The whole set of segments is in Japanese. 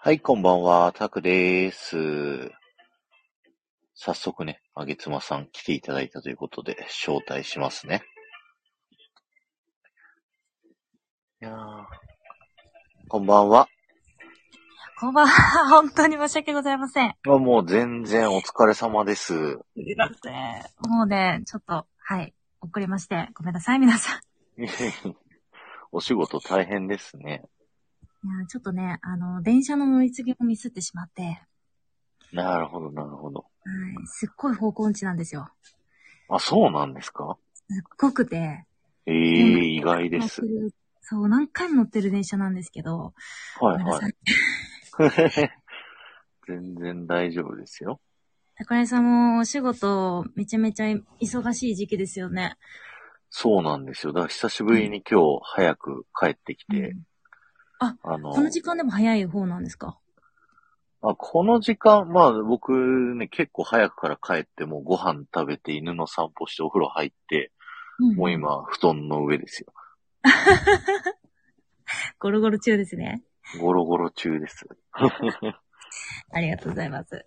はい、こんばんは、タクでーす。早速ね、あげつまさん来ていただいたということで、招待しますね。いやーこんばんは。こんばんは。本当に申し訳ございません。あもう全然お疲れ様です。 もうね、ちょっと、はい。遅れまして。ごめんなさい、皆さん。お仕事大変ですね。いやーちょっとね、あの、電車の乗り継ぎをミスってしまって、はい。なるほど、なるほど。すっごい方向音痴なんですよ。あ、そうなんですかすっごくて。ええー、意外です。。そう、何回も乗ってる電車なんですけど、ごはいめんなさ。はいい。全然大丈夫ですよ。高井さんもお仕事、めちゃめちゃ忙しい時期ですよね。そうなんですよ。だから久しぶりに今日早く帰ってきて、うんあの、この時間でも早い方なんですかあ、この時間、まあ僕ね、結構早くから帰って、もうご飯食べて、犬の散歩して、お風呂入って、もう。ん今、布団の上ですよ。ゴロゴロ中ですね。ゴロゴロ中です。ありがとうございます。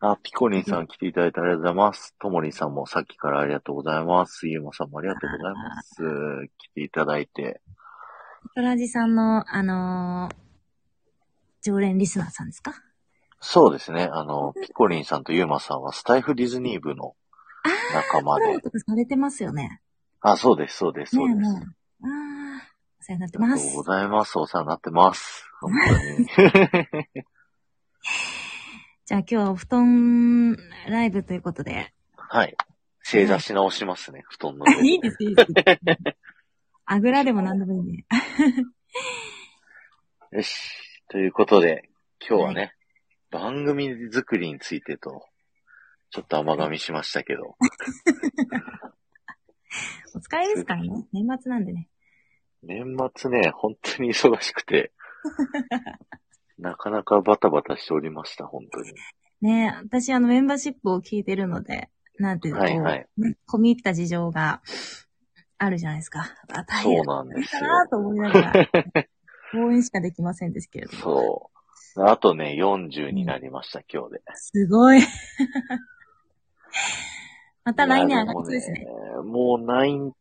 あ、ピコリンさん来ていただいてありがとうございます。ともりんさんもさっきからありがとうございます。ゆうまさんもありがとうございます。来ていただいて。トラジさんの、あのー常連リスナーさんですかそうですね。あの、ピコリンさんとゆうまさんはスタイフディズニー部のあ仲間コラボで。とかされてますよね。あ、そうです、そうです、そうです。ねえねえああ、お世話になってありまがとすうご。ざいます。お世話になって ます。本当に。じゃあ今日はお布団ライブということで。はい。正座し直しますね、布団の上で。いいです、いいです。あぐらでも何でもいい ね。よし。ということで、今日はね、番組作りについてと、ちょっと甘噛みしましたけど、お疲れですからね。年末なんでね。年末ね、本当に忙しく て、なかなかバタバタしておりました、本当に。ねえ私あのメンバーシップを聞いてるので、なんていうの、はいはいこうね込み入った事情があるじゃないですか。あ大そう変なんですかよ。なと思いなが ら、応援しかできませんですけれども。そう。あとね、40になりました、今日で。すごい。 また来年上がりそうですいやね。でもねもうない、も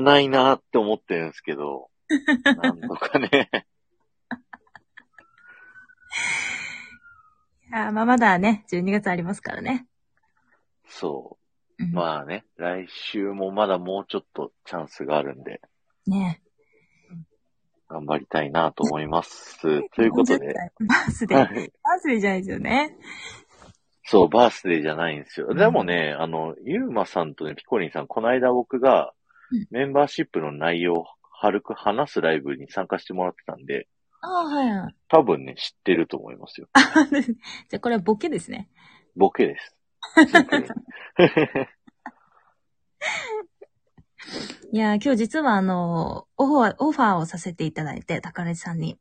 うないなって思ってるんですけ ど、なんとかね。いやーまあまだね、12月ありますからね。そう。うん、まあね、来週もまだもうちょっとチャンスがあるんで、ね頑張りたいなと思い ます。ということで、バースデー。バーはいスデーじゃないですよね。そう、バースデーじゃないんですよ。でもね、あの、ゆうまさんとね、ピコリンさん、この間僕がうんメンバーシップの内容を軽く話すライブに参加してもらってたんで、ああ、はいはい。 多分ね、知ってると思いますよ。じゃあこれはボケですね。ボケ です。シンプルにいやー、今日実はあのー、オファー、オファーをさせていただいて、宝地さんに。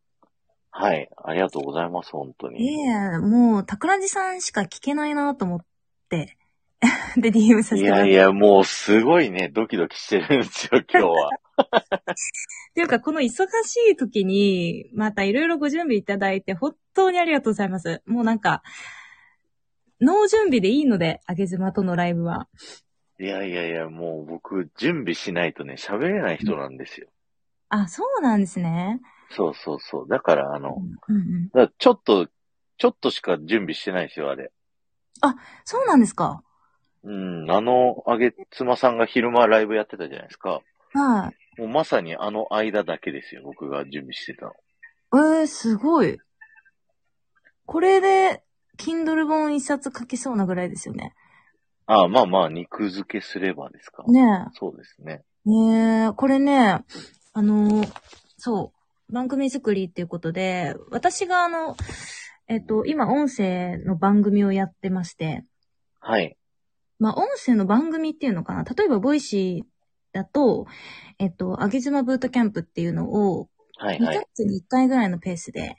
はい、ありがとうございます、本当いに。やーもう、宝地さんしか聞けないなと思って、 で、DM さいせてもらやっいて。っや、もうすごいね、ドキドキしてるんですよ、今日は。 ていうか、この忙しい時に、またいろいろご準備いただいて、本当にありがとうございます。もうなんか、ノー準備でいいので、あげずまとのライブは。いやいやいや、もう僕、準備しないとね、喋れない人なんですよ。あ、そうなんですね。そうそうそう。だから、あの、うんうん。だからちょっと、ちょっとしか準備してないですよ、あれ。そうなんですか。うん、あの、あげつまさんが昼間ライブやってたじゃないですか。はい。もうまさにあの間だけですよ、僕が準備してたの。えー、すごい。これで、Kindle 本一冊書きそうなぐらいですよね。ああ、まあまあ、肉付けすればですか。ねそうですね。え。ねえ、これね、あの、そう、番組作りっていうことで、私があの、えっと、今音声の番組をやってまして、はい。まあ、音声の番組っていうのかな。例えば、ボイシーだと、えっと、あげずまブートキャンプっていうのを、はい2はヶい。月に1回ぐらいのペースで、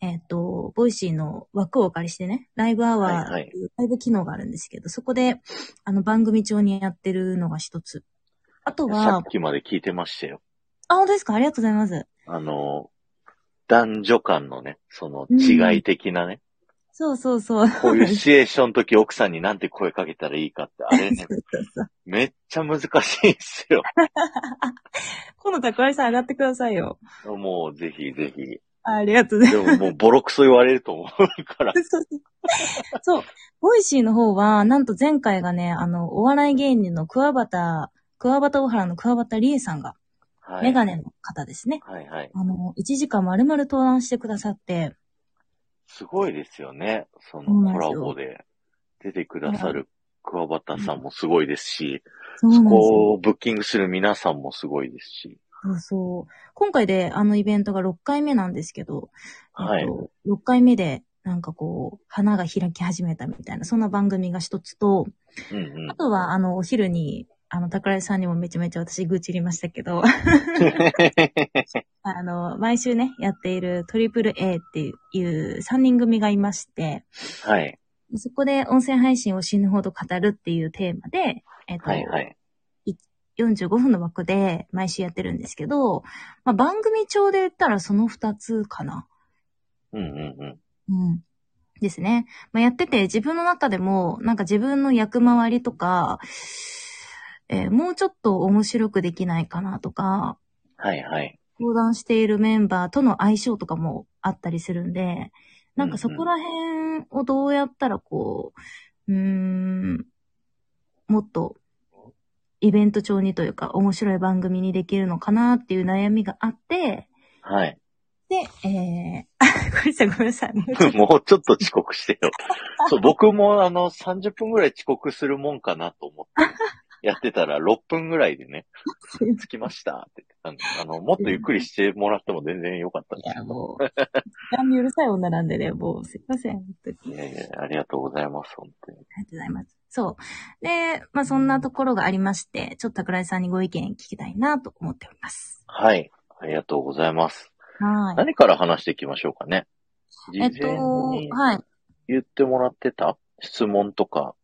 えっ、と、ボイシーの枠をお借りしてね、ライブアワーはいはいっていうライブ機能があるんですけど、そこで、あの、番組上にやってるのが一つ。あとさはっ、きまで聞いてましたよ。あ、本当ですかありがとうございます。あの、男女間のね、その違い的なね、そうそうそう。こういうシチュエーションの時奥さんになんて声かけたらいいかって、あれね そ、うそうそうめっちゃ難しいんすよ。今度、たくありさん上がってくださいよ。もう、ぜひぜひ。ありがとうございでます。ももう、ボロクソ言われると思う から。そうそうそう。ボイシーの方は、なんと前回がね、あの、お笑い芸人の桑畑、桑畑大原の桑畑理恵さんが、はい、メガネの方ですね。はいはい。あの、1時間丸々登壇してくださって、すごいですよね。そそうのなんコですラよボで出てくださる桑畑さんもすごいですし、そうなそんですこよ。をブッキングする皆さんもすごいですし。そうそう。今回であのイベントが6回目なんですけど、はいえっと、6回目で、なんかこう、花が開き始めたみたいな、そんな番組が一つと、うんうんあ。とは、あの、お昼に、あの、桜井さんにもめちゃめちゃ私愚痴りましたけど、 あの、毎週ね、やっているトリプル A っていう3人組がいまして、 はい。そこで音声配信を死ぬほど語るっていうテーマで、えっと、はいはい。 45分の枠で毎週やってるんですけど、まあ、番組調で言ったらその2つかな。うんうんうん。うん。ですね。まあ、やってて自分の中でも、なんか自分の役回りとか、えーもうちょっと面白くできないかなとか、はいはい。相談しているメンバーとの相性とかもあったりするんで、なんかそこら辺をどうやったらこう、うーん、もっとイベント調にというか面白い番組にできるのかなっていう悩みがあって、はい。で、えー、 あ、これさんごめんなさい。もうちょっと もうちょっと遅刻してよ。そう、僕もあの、30分ぐらい遅刻するもんかなと思って、やってたら6分ぐらいでね、着きましたって言ってたんで、あの、もっとゆっくりしてもらっても全然よかったんいですや、もう、時 間にうるさい女なんでね、もう、すいません。本当にけど。いやいや、ありがとうございます、本当に。ありがとうございます。そう。で、まあ、そんなところがありまして、ちょっと桜井さんにご意見聞きたいなと思っております。はい。ありがとうございます。はい。何から話していきましょうかね。事前えっと、にはい。言ってもらってた質問とか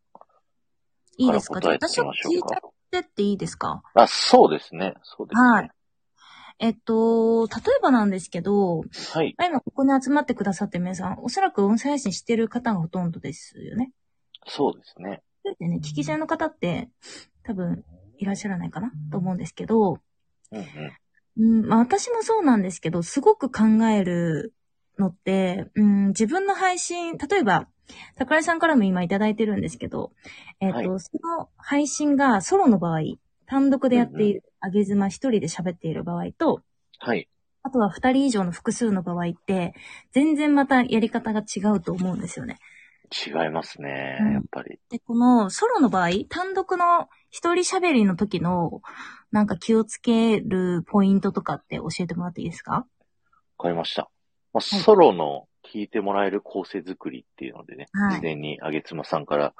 いいかでらすか答えて私みをましょ聞いうちゃかっ。てっていいですかあ、そうですね。そうですね。はい。えっと、例えばなんですけど、はい。まあ今ここに集まってくださってる皆さん、おそらく音声配信してる方がほとんどですよね。そうですね。そうですね、聞き手の方って多分いらっしゃらないかなと思うんですけど、うんうん。うん、まあ私もそうなんですけど、すごく考えるのって、うん、自分の配信、例えば、桜井さんからも今いただいてるんですけど、えっ、と、はその配信がソロの場合、単独でやっている、あげ妻一人で喋っている場合と、はい。あとは二人以上の複数の場合って、全然またやり方が違うと思うんですよね。違いますね。うんやっぱり。で、このソロの場合、単独の一人喋りの時の、なんか気をつけるポイントとかって教えてもらっていいですかわかりました。まあ、ソロの聞いてもらえる構成作りっていうのでね、はい事前にあげつまさんから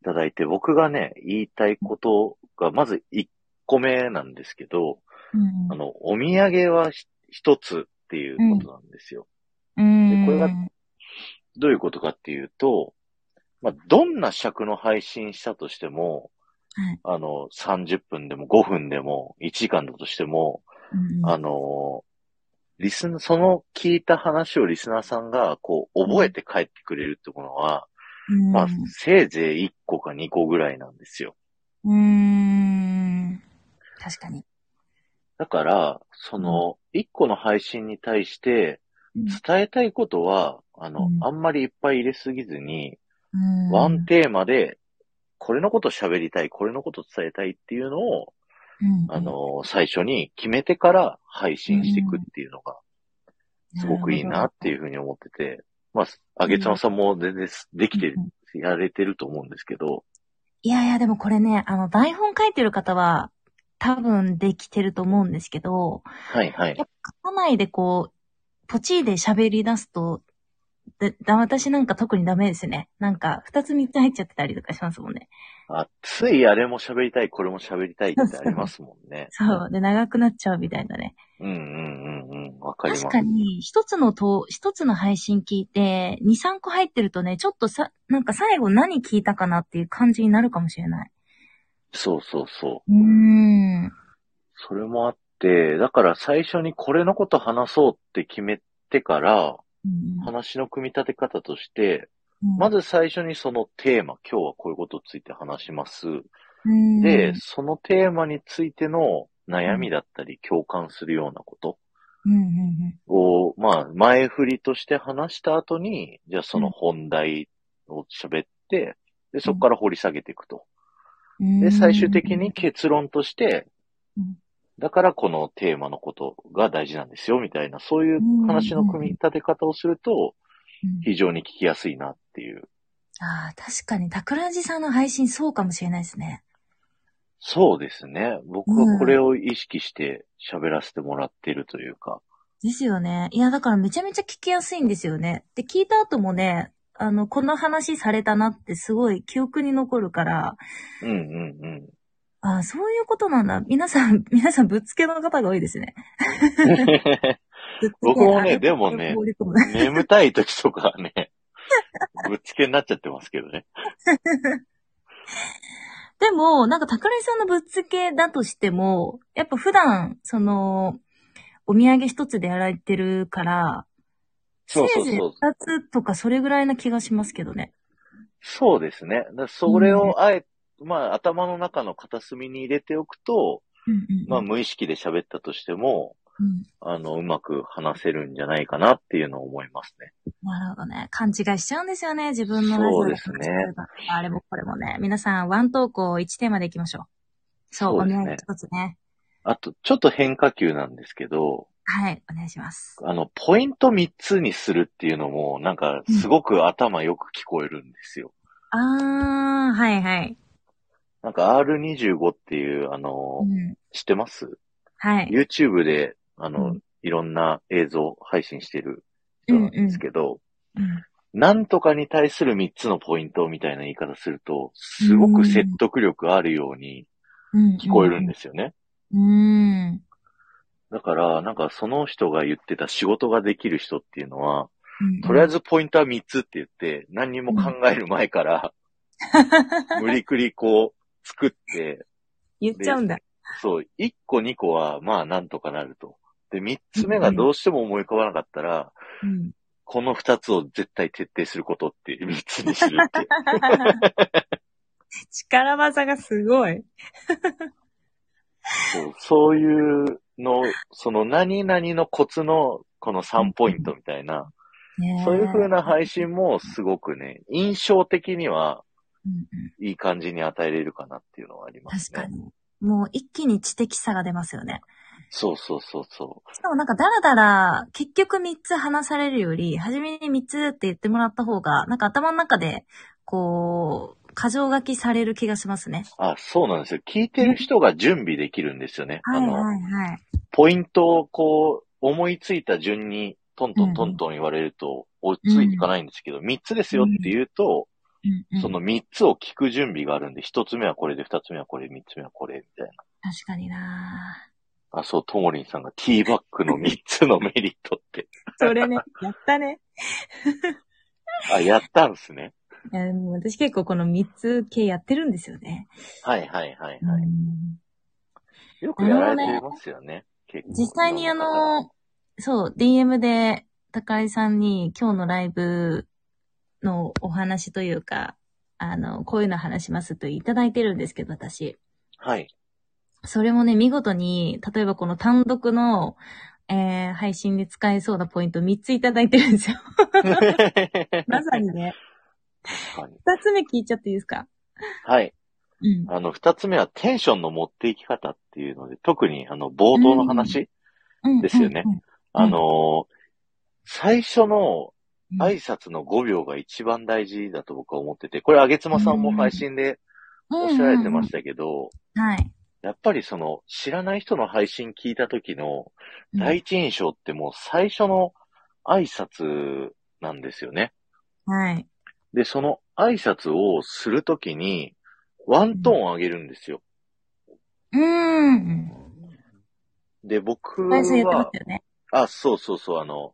いただいて、僕がね、言いたいことが、まず1個目なんですけど、うんあの、お土産はひ一つっていうことなんですよ。うん。でこれがどういうことかっていうと、まあ、どんな尺の配信したとしても、はいあの、30分でも5分でも1時間だとしても、うんあのーリスナー、その聞いた話をリスナーさんが、こう、覚えて帰ってくれるってものは、うんまあ、せいぜい1個か2個ぐらいなんですよ。うん。確かに。だから、その、1個の配信に対して、伝えたいことは、あのう、んあんまりいっぱい入れすぎずに、うんワンテーマで、これのこと喋りたい、これのこと伝えたいっていうのを、うんあのー最初に決めてから配信していくっていうのが、すごくいいなっていうふうに思ってて、まあ、あげつまさんも全然すできてうんうん、やれてると思うんですけど、いやいや、でもこれね、あの、台本書いてる方は、多分できてると思うんですけど、はいはい。やっぱ書かないでこう、ポチーで喋り出すと、だ、だ、私なんか特にダメですね。なんか、二つ三つ入っちゃってたりとかしますもんね。あ、ついあれも喋りたい、これも喋りたいってありますもんね。そう。で、長くなっちゃうみたいなね。うんうんうんうん。わかり確まかす。に、一つのと、一つの配信聞いて、二、三個入ってるとね、ちょっとさ、なんか最後何聞いたかなっていう感じになるかもしれない。そうそうそうーん。う。それもあって、だから最初にこれのこと話そうって決めってから、うんうん話の組み立て方として、うんまず最初にそのテーマ、今日はこういうことについて話します。うんで、そのテーマについての悩みだったり、共感するようなことうんうんを、まあ、前振りとして話した後に、じゃあその本題を喋って、で、そこから掘り下げていくと。うんで、最終的に、結論としてうん、だからこのテーマのことが大事なんですよ、みたいな、そういう話の組み立て方をすると、うん非常に聞きやすいなっていう。ああ、確かに、桜地さんの配信そうかもしれないですね。そうですね。僕はこれを意識して喋らせてもらってるというか。ですよね。いや、だからめちゃめちゃ聞きやすいんですよね。で、聞いた後もね、あの、この話されたなってすごい記憶に残るから、うんうんうん。 ああ、そういうことなんだ。皆さん、皆さんぶっつけの方が多いですね。ぶっつけ僕もねあれでもね放り込む眠たい時とかはね、 ぶっつけになっちゃってますけどね。でも、なんか宝井さんのぶっつけだとしても、やっぱ普段、その、お土産一つでやられてるから、そうそうせいぜいそう。二つとかそれぐらいな気がしますけどね。そうですね。だからそれをあえ、まあ頭の中の片隅に入れておくと、うんうんうんまあ無意識で喋ったとしても、うんあの、うまく話せるんじゃないかなっていうのを思いますね。なるほどね。勘違いしちゃうんですよね。自分のラジオそうですねあれもこれもね。皆さん、ワン投稿1テーマでいきましょう。そう、そうですねお願い一つね。あと、ちょっと変化球なんですけど、はい、お願いします。あの、ポイント3つにするっていうのも、なんか、すごく頭よく聞こえるんですよ。あー、はいはい。なんか R25 っていう、あのう、ん、知ってますはい。 ?YouTube で、あうのん、いろんな映像配信してる人なんですけど、うんなんとかに対する3つのポイントみたいな言い方すると、すごく説得力あるようにうん聞こえるんですよね。す。うん。だから、なんかその人が言ってた仕事ができる人っていうのは、うんとりあえず。ずポイントは3つって言って、何にも考える前から、無理くりこう、作って、 言っちゃうんだ。そう、1個2個は、まあなんとかなると。で、3つ目がどうしても思い浮かばなかったら、うん。 この2つを絶対徹底することって、3つにする って。力技がすごい。そうそういうの、その何々のコツの、この3ポイントみたいな、ねえそういう風な配信もすごくね、印象的にはうんうんいい感じに与えれるかなっていうのはあります確ね。かに。もう一気に知的さが出ますよね。そうそうそうそしかもなんかダラダラ、結局3つ話されるより、初めに3つって言ってもらった方が、なんか頭の中で、こう、過剰書きされる気がしますね。う。あ、そうなんですよ。聞いてる人が準備できるんですよね。はあいはいの、はい。ポイントをこう、思いついた順にトントントントン言われると、追いついていかないんですけど、3つですよって言うと、うんうんその3つを聞く準備があるんで、1つ目はこれで、2つ目はこれ、3つ目はこれ、みたいな。確かになあ、そう、ともりんさんがティーバッグ の3つのメリットって。それね、やったね。あ、やったんすね。いやでも私結構この3つ系やってるんですよね。はいはいはいうんはい。よくやられてますよね。結構実際にあはの、そう、DM で高井さんに今日のライブのお話というか、あの、こういうの話しますといただいてるんですけど、私。い。 それもね、見事に、例えばこの単独の、えー、配信で使えそうなポイント3ついただいてるん ですよ。 まさにね。確かに2つ目聞いちゃっていいですかはい。うん。あの、二つ目はテンションの持っていき方っていうので、特にあの、冒頭の話、うんですよねうんうんあのー最初のうん挨拶の5秒が一番大事だと僕は思ってて、これ、あげつまさんも配信でおっしゃられてましたけど、うんうんうんはい。やっぱりその、知らない人の配信聞いた時のうん第一印象ってもう最初の挨拶なんですよね。はい。で、その挨拶をするときに、ワントーン上げるんですよ。うん。で、僕最初言ってまはし、たよね。あ、そうそうそう、あの、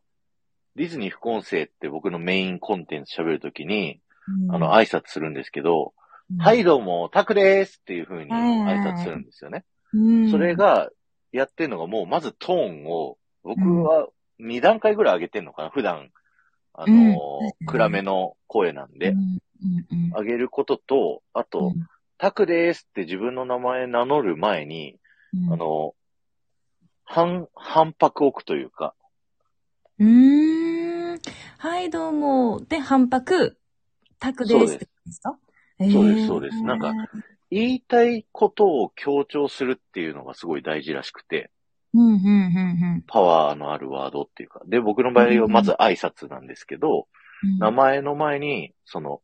ディズニー副音声って僕のメインコンテンツ喋るときに、うんあの、、挨拶するんですけど、うんはい、、どうも、タクですっていう風に挨拶するんですよね。うんそれ、が、やってるのがもう、まずトーンを、僕は2段階ぐらい上げてんのかな普段、あのうんー暗めの声なんでう、んうん上げることと、あうと、んタクですって自分の名前名乗る前に、うんあの、半、半拍置くというか、うーん。はい、どうも。で、反拍、タクですってことですかそうですそうですなんか、言いたいことを強調するっていうのがすごい大事らしくて、うん、うん、うん、パワーのあるワードっていうか。で、僕の場合はまず挨拶なんですけど、うん。名前の前に、その、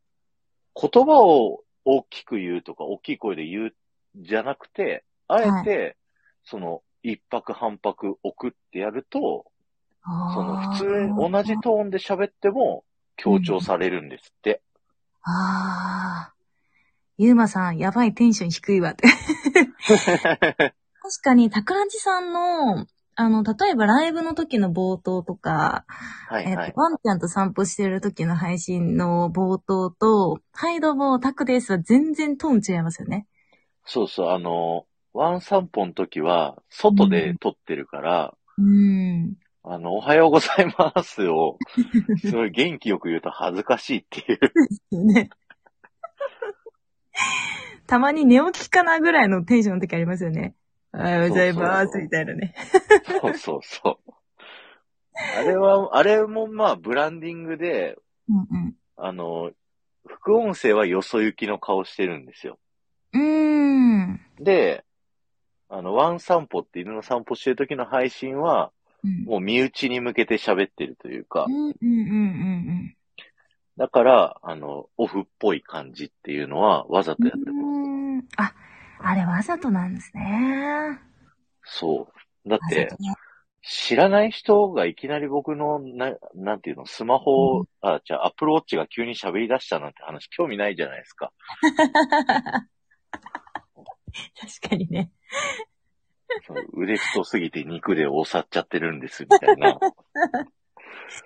言葉を大きく言うとか、大きい声で言うじゃなくて、あえて、その、一泊半泊置くってやると、その、普通、同じトーンで喋っても、強調されるんですって。ああ。ゆうまさん、やばい、テンション低い わって。確かに、たくらじさんの、あの、例えばライブの時の冒頭とか、はいはえっいと、。ワンちゃんと散歩してる時の配信の冒頭と、はい、どうも、タクですは全然トーン違いますよね。そうそう、あの、ワン散歩の時は、外で撮ってるから、うん。あの、おはようございます を、すごい元気よく言うと恥ずかしいっていう。 ね。たまに寝起きかなぐらいのテンションの時ありますよね。おはようございそまうそうそす、うみたいなね。そうそうそう。あれは、あれもまあ、ブランディングで、うんあの、副音声はよそ行きの顔してるんですよ。うん。うーん。で、あの、ワン散歩って犬の散歩してる時の配信は、うんもう身内に向けて喋ってるというかう、んうんうんうんだから、あの、オフっぽい感じっていうのはわざとやってうまん。うーんあ、あれわざとなんですね。す。そう。だっわざてと、ね。知らない人がいきなり僕の、な、なんていうの、スマホ、うんあ、じゃあ、アップルウォッチが急に喋り出したなんて話、興味ないじゃないですか。確かにね。そう腕太すぎて肉で襲っちゃってるんです、みたい な。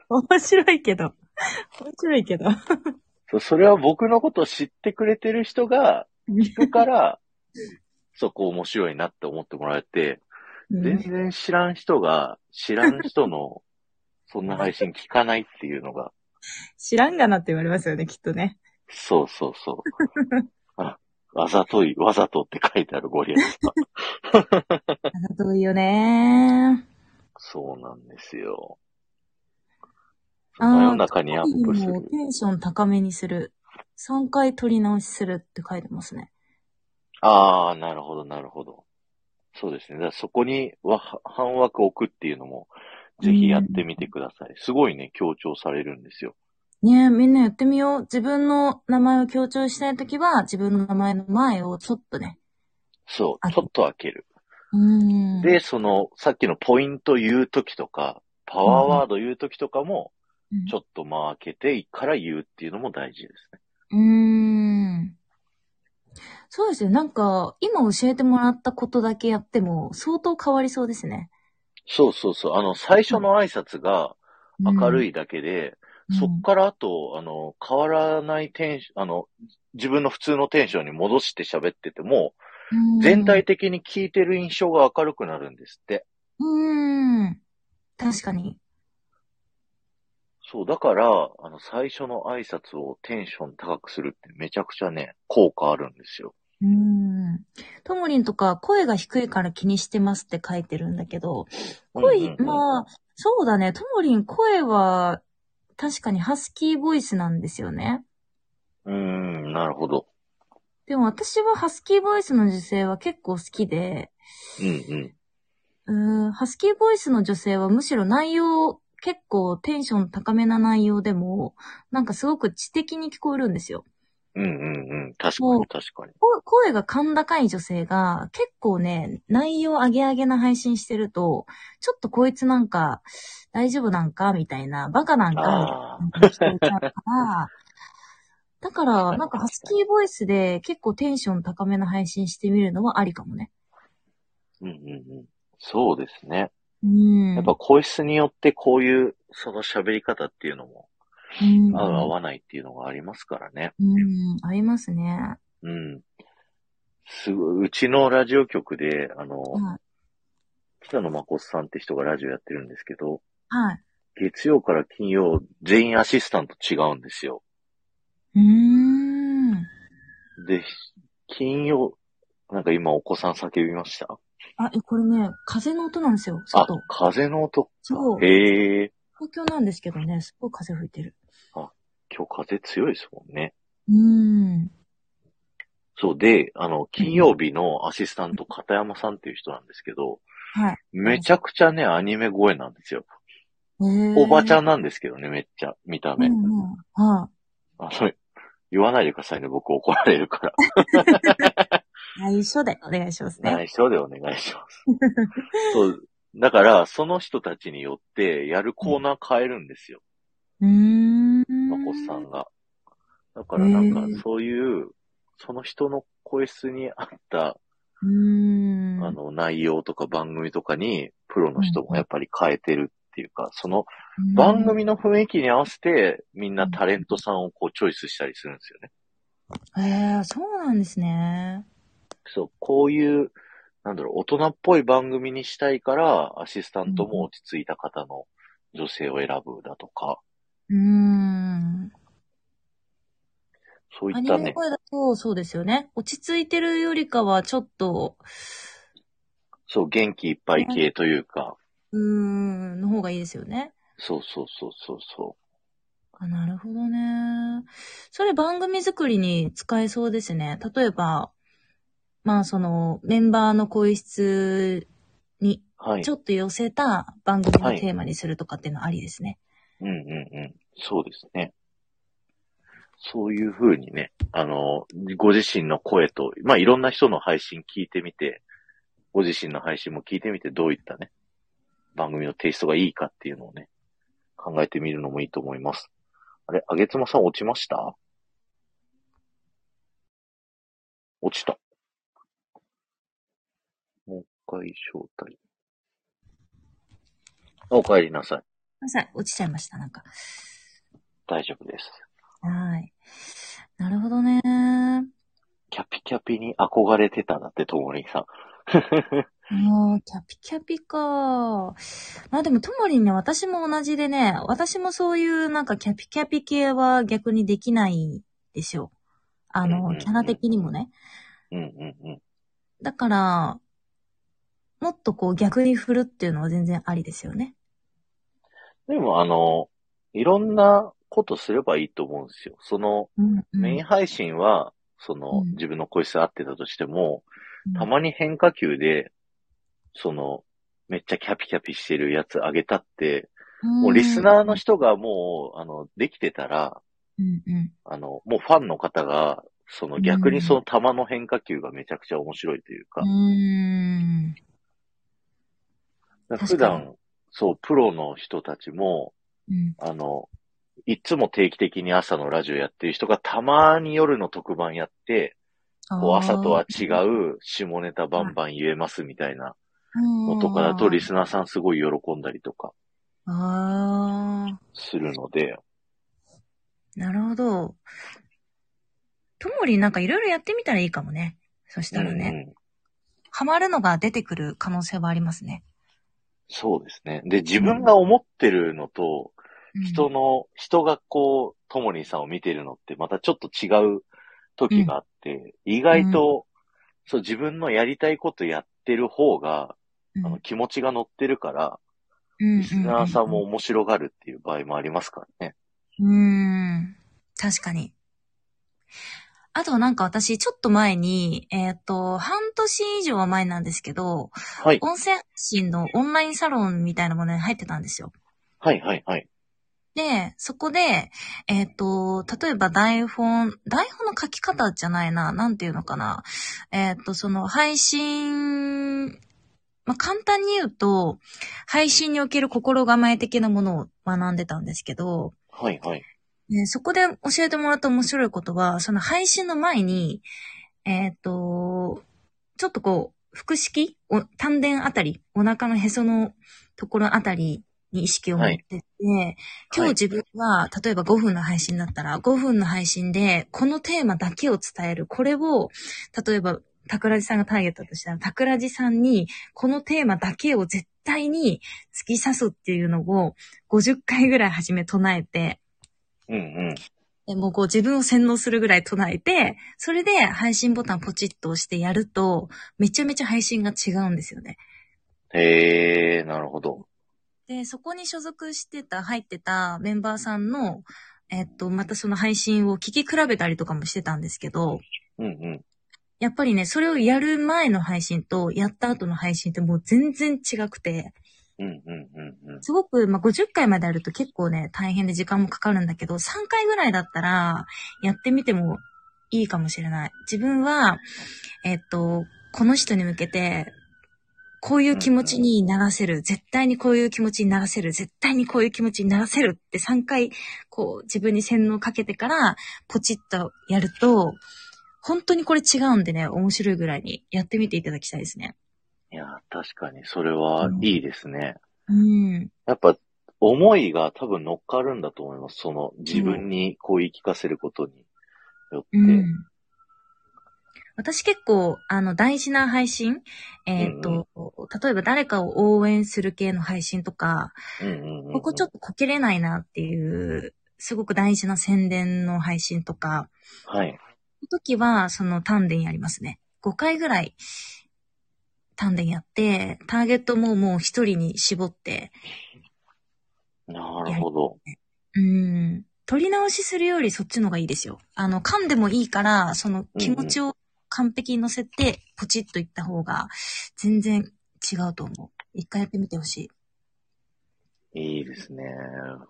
面白いけど。面白いけど。そうそれは僕のことを知ってくれてる人が聞くから、そこ面白いなって思ってもらえて、全然知らん人が、知らん人の、 そんな配信聞かないっていうのが、知らんがなって言われますよね、きっとね。そうそう そう。あ、わざとい、わざとって書いてあるゴリラスが。わざといいよね。そうなんですよ。あ真ー夜中にアップすもるう。テンション高めにする。3回取り直しするって書いてますね。ああ、なるほど、なるほど。そうですね。だからそこにわ半枠置くっていうのも、ぜひやってみてください。すごいね、強調されるんですよ。ねえ、みんなやってみよう。自分の名前を強調したいときは、自分の名前の前をちょっとね。そあう、ちょっと開ける。うーん。で、その、さっきのポイント言うときとか、パワーワード言うときとかも、うん、ちょっと間開けてから言うっていうのも大事ですね。うーん。そうですね。なんか、今教えてもらったことだけやっても、相当変わりそうですね。そうそうそう。あの、最初の挨拶が明るい。いだけで、うんそっからあと、あの、変わらないテンション、あの、自分の普通のテンションに戻して喋ってても、うん全体的に聞いてる印象が明るくなるんですって。うーん。確かに。そう、だから、あの、最初の挨拶をテンション高くするってめちゃくちゃね、効果あるんですよ。うーん。ともりんとか、声が低いから気にしてますって書いてるんだけど、声、うんうんうんまあ、そうだね。ともりん、声は、確かにハスキーボイスなんですよね。うーん、なるほど。でも私はハスキーボイスの女性は結構好きで、うんうん。うーん、ハスキーボイスの女性はむしろ内容、結構テンション高めな内容でも、なんかすごく知的に聞こえるんですよ。うんうんうん。確かもうに確かに。こ声が甲高い女性が結構ね、内容上げ上げな配信してると、ちょっとこいつなんか大丈夫なんかみたいな、バカなんかみたああ、いな聞こえち ゃうから、だから、なんかハスキーボイスで結構テンション高めの配信してみるのはありかもね。うんうんうん。そうですね。うん。やっぱ声質によってこういう、その喋り方っていうのも、うん、合う合わないっていうのがありますからね。うん、合いますね。うん。すごい、うちのラジオ局で、あの、はい。北野誠さんって人がラジオやってるんですけど、はい。月曜から金曜、全員アシスタント違うんですよ。うーん。で、金曜、なんか今お子さん叫びましたあ、え、これね、風の音なんですよ、あ外。、風の音。そう。へえ、東京なんですけどね、すごい風吹いてる。今日風強いですもんね。うーん。そうで、あの、金曜日のアシスタント、片山さんっていう人なんですけど、はい。めちゃくちゃね、アニメ声なんですよ。おおばちゃんんなんですけどね、めっちゃ、見たうん目。うん。はあの、言わないでくださいね、僕怒られるから。い。内緒でお願いしますね。内緒でお願いします。そう。だから、その人たちによって、やるコーナー変えるんですよ、うーん。まこさんが。だからなんか、そういう、その人の声質に合った、うーん。あの、内容とか番組とかに、プロの人もやっぱり変えてるっていうか、そのうん、番組の雰囲気に合わせて、みんなタレントさんをこう、チョイスしたりするんですよね。へえ、そうなんですね。そう、こういう、なんだろう、大人っぽい番組にしたいから、アシスタントも落ち着いた方の女性を選ぶだとか、うーん。そうアいっニたメのね、声だと、そうですよね。落ち着いてるよりかは、ちょっと、そう、元気いっぱい系というか、うーん、の方がいいですよね。そうそうそうそうそあ、なるほどね。それ番組作りに使えそうですね。例えば、まあその、メンバーの声質にう。はいち。ょっと寄せた番組はのいテーマにするとかっていうのありですね。うんうんうん。そうですね。そういう風にね、あの、ご自身の声と、まあ、いろんな人の配信聞いてみて、ご自身の配信も聞いてみて、どういったね、番組のテイストがいいかっていうのをね、考えてみるのもいいと思います。あれ、あげつまさん落ちました落ちた。もう一回招待。あお帰りなさい。ごめんなさい、落ちちゃいました、なんか。大丈夫です。はい。なるほどね。キャピキャピに憧れてたなって、ともりんさん。ああ、キャピキャピか。まあでも、ともりんね、私も同じでね、私もそういうなんかキャピキャピ系は逆にできないですよ。あうんうんうの、んキャラ的にもね。うんうんうん。だから、もっとこう逆に振るっていうのは全然ありですよね。でも、あの、いろんなことすればいいと思うんですよ。その、うん、メイン配信は、そのう、ん自分の声質合ってたとしても、うんたまに変化球で、その、めっちゃキャピキャピしてるやつあげたって、もうリスナーの人がもう、あの、できてたら、うんうん。あの、もうファンの方が、その逆にその球の変化球がめちゃくちゃ面白いというかう、ん。だから確普かに段、そう、プロの人たちも、うん。あの、いつも定期的に朝のラジオやってる人がたまに夜の特番やって、こうあー朝とは違う下ネタバンバン言えますみたいなのとかだとリスナーさんすごい喜んだりとかああ。するので、なるほど。ともりんなんかいろいろやってみたらいいかもね。そしたらうんね、うんハマるのが出てくる可能性はありますね。そうですね。で、自分が思ってるのと、うん人の、人がこう、ともりんさんを見てるのってまたちょっと違う時があって、意外と、そう、自分のやりたいことやってる方が、あの、気持ちが乗ってるから、うんリスナーさんも。面白がるっていう場合もありますからね。うんうんうん。確かに。あとはなんか私、ちょっと前に、えっ、と、半年以上は前なんですけど、はい。温泉配信のオンラインサロンみたいなものに入ってたんですよ。はい、はい、はい。で、そこで、えっ、と、例えば台本、台本の書き方じゃないな、なんていうのかな。えっ、と、その配信、まあ、簡単に言うと、配信における心構え的なものを学んでたんですけど、はい、はい。ねそこで教えてもらった面白いことは、その配信の前に、えっ、と、ちょっとこう、腹式お、丹田あたり、お腹のへそのところあたりに意識を持ってって、今日自分は、例えば5分の配信だったら、5分の配信で、このテーマだけを伝える。これを、例えば、桜地さんがターゲットだとしたら、桜地さんに、このテーマだけを絶対に突き刺すっていうのを50回ぐらい初め唱えて、うんうん。でもうこう自分を洗脳するぐらい唱えて、それで配信ボタンポチッと押してやると、めちゃめちゃ配信が違うんですよね。へえ、なるほど。で、そこに所属してた、入ってたメンバーさんの、えっと、またその配信を聞き比べたりとかもしてたんですけど、うんうん。やっぱりね、それをやる前の配信と、やった後の配信ってもう全然違くて、うんうんうんうん。すごく、まあ、50回まであると結構ね、大変で時間もかかるんだけど、3回ぐらいだったら、やってみてもいいかもしれない。自分は、えっと、この人に向けて、こういう気持ちにならせる、絶対にこういう気持ちにならせる、絶対にこういう気持ちにならせるって3回、こう、自分に洗脳かけてから、ポチッとやると、本当にこれ違うんでね、面白いぐらいにやってみていただきたいですね。いや、確かにそれはいいですね。うん。やっぱ、思いが多分乗っかるんだと思います。その、自分にこう言い聞かせることによって。うん。私結構、あの、大事な配信、えっ、と、例えば誰かを応援する系の配信とか、うんうんうんうんここちょっとこけれないなっていう、すごく大事な宣伝の配信とか、はい。その時は、その丹田やりますね。5回ぐらい、丹田やって、ターゲットももう一人に絞って、なるほど。うん、取り直しするよりそっちの方がいいですよ。あの、噛んでもいいから、その気持ちを完璧に乗せて、ポチッといった方が、全然違うと思う。一回やってみてほしい。いいですね。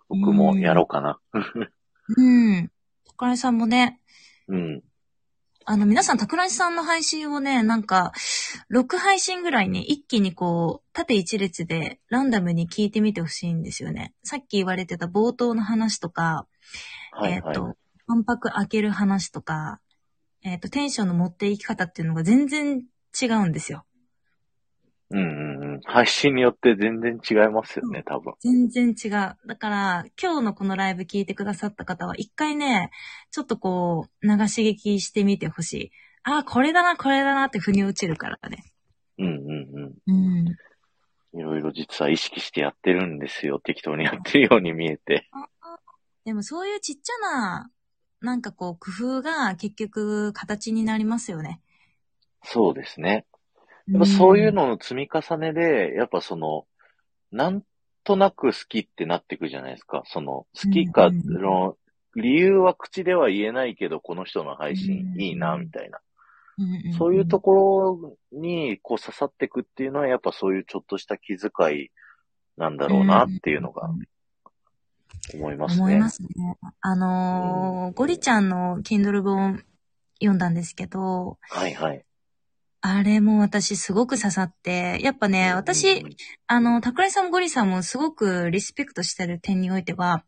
僕もやろうかな。うん。桜井さんもね、うん。あの、皆さん、桜井さんの配信をね、なんか、6配信ぐらいに一気にこう、縦一列でランダムに聞いてみてほしいんですよね。さっき言われてた冒頭の話とか、はいえっ、はい。と、反拍開ける話とか、えっ、と、テンションの持っていき方っていうのが全然違うんですよ。うんうんうん。配信によって全然違いますよね、多分。全然違う。だから、今日のこのライブ聞いてくださった方は、一回ね、ちょっとこう、流し聞きしてみてほしい。ああ、これだな、これだなって腑に落ちるからね。うんうんうん。うん。いろいろ実は意識してやってるんですよ。適当にやってるように見えて。でもそういうちっちゃな、なんかこう、工夫が結局形になりますよね。そうですね。やっぱそういうのの積み重ねで、やっぱその、なんとなく好きってなってくじゃないですか。その、好きか、うんうんうんその、理由は口では言えないけど、この人の配信いいな、みたいな。うん、んんんそういうところに、こう刺さってくっていうのは、やっぱそういうちょっとした気遣いなんだろうな、っていうのが、思いますね。思いますね。あのーゴリちゃんの Kindle 本読んだんですけど、はいはい。あれも私すごく刺さって、やっぱね、う私んうん、あの、桜井さんもゴリさんもすごくリスペクトしてる点においては、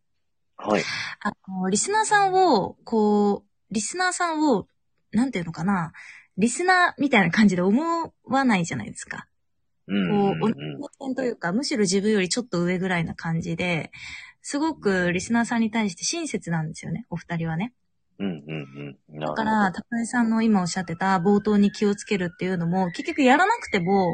はい。あの、リスナーさんを、こう、リスナーさんを、なんていうのかな、リスナーみたいな感じで思わないじゃないですか。うんこうう、同んじ目線というか、むしろ自分よりちょっと上ぐらいな感じで、すごくリスナーさんに対して親切なんですよね、お二人はね。うん。うんうんうん。だだから、高井さんの今おっしゃってた冒頭に気をつけるっていうのも、結局やらなくても、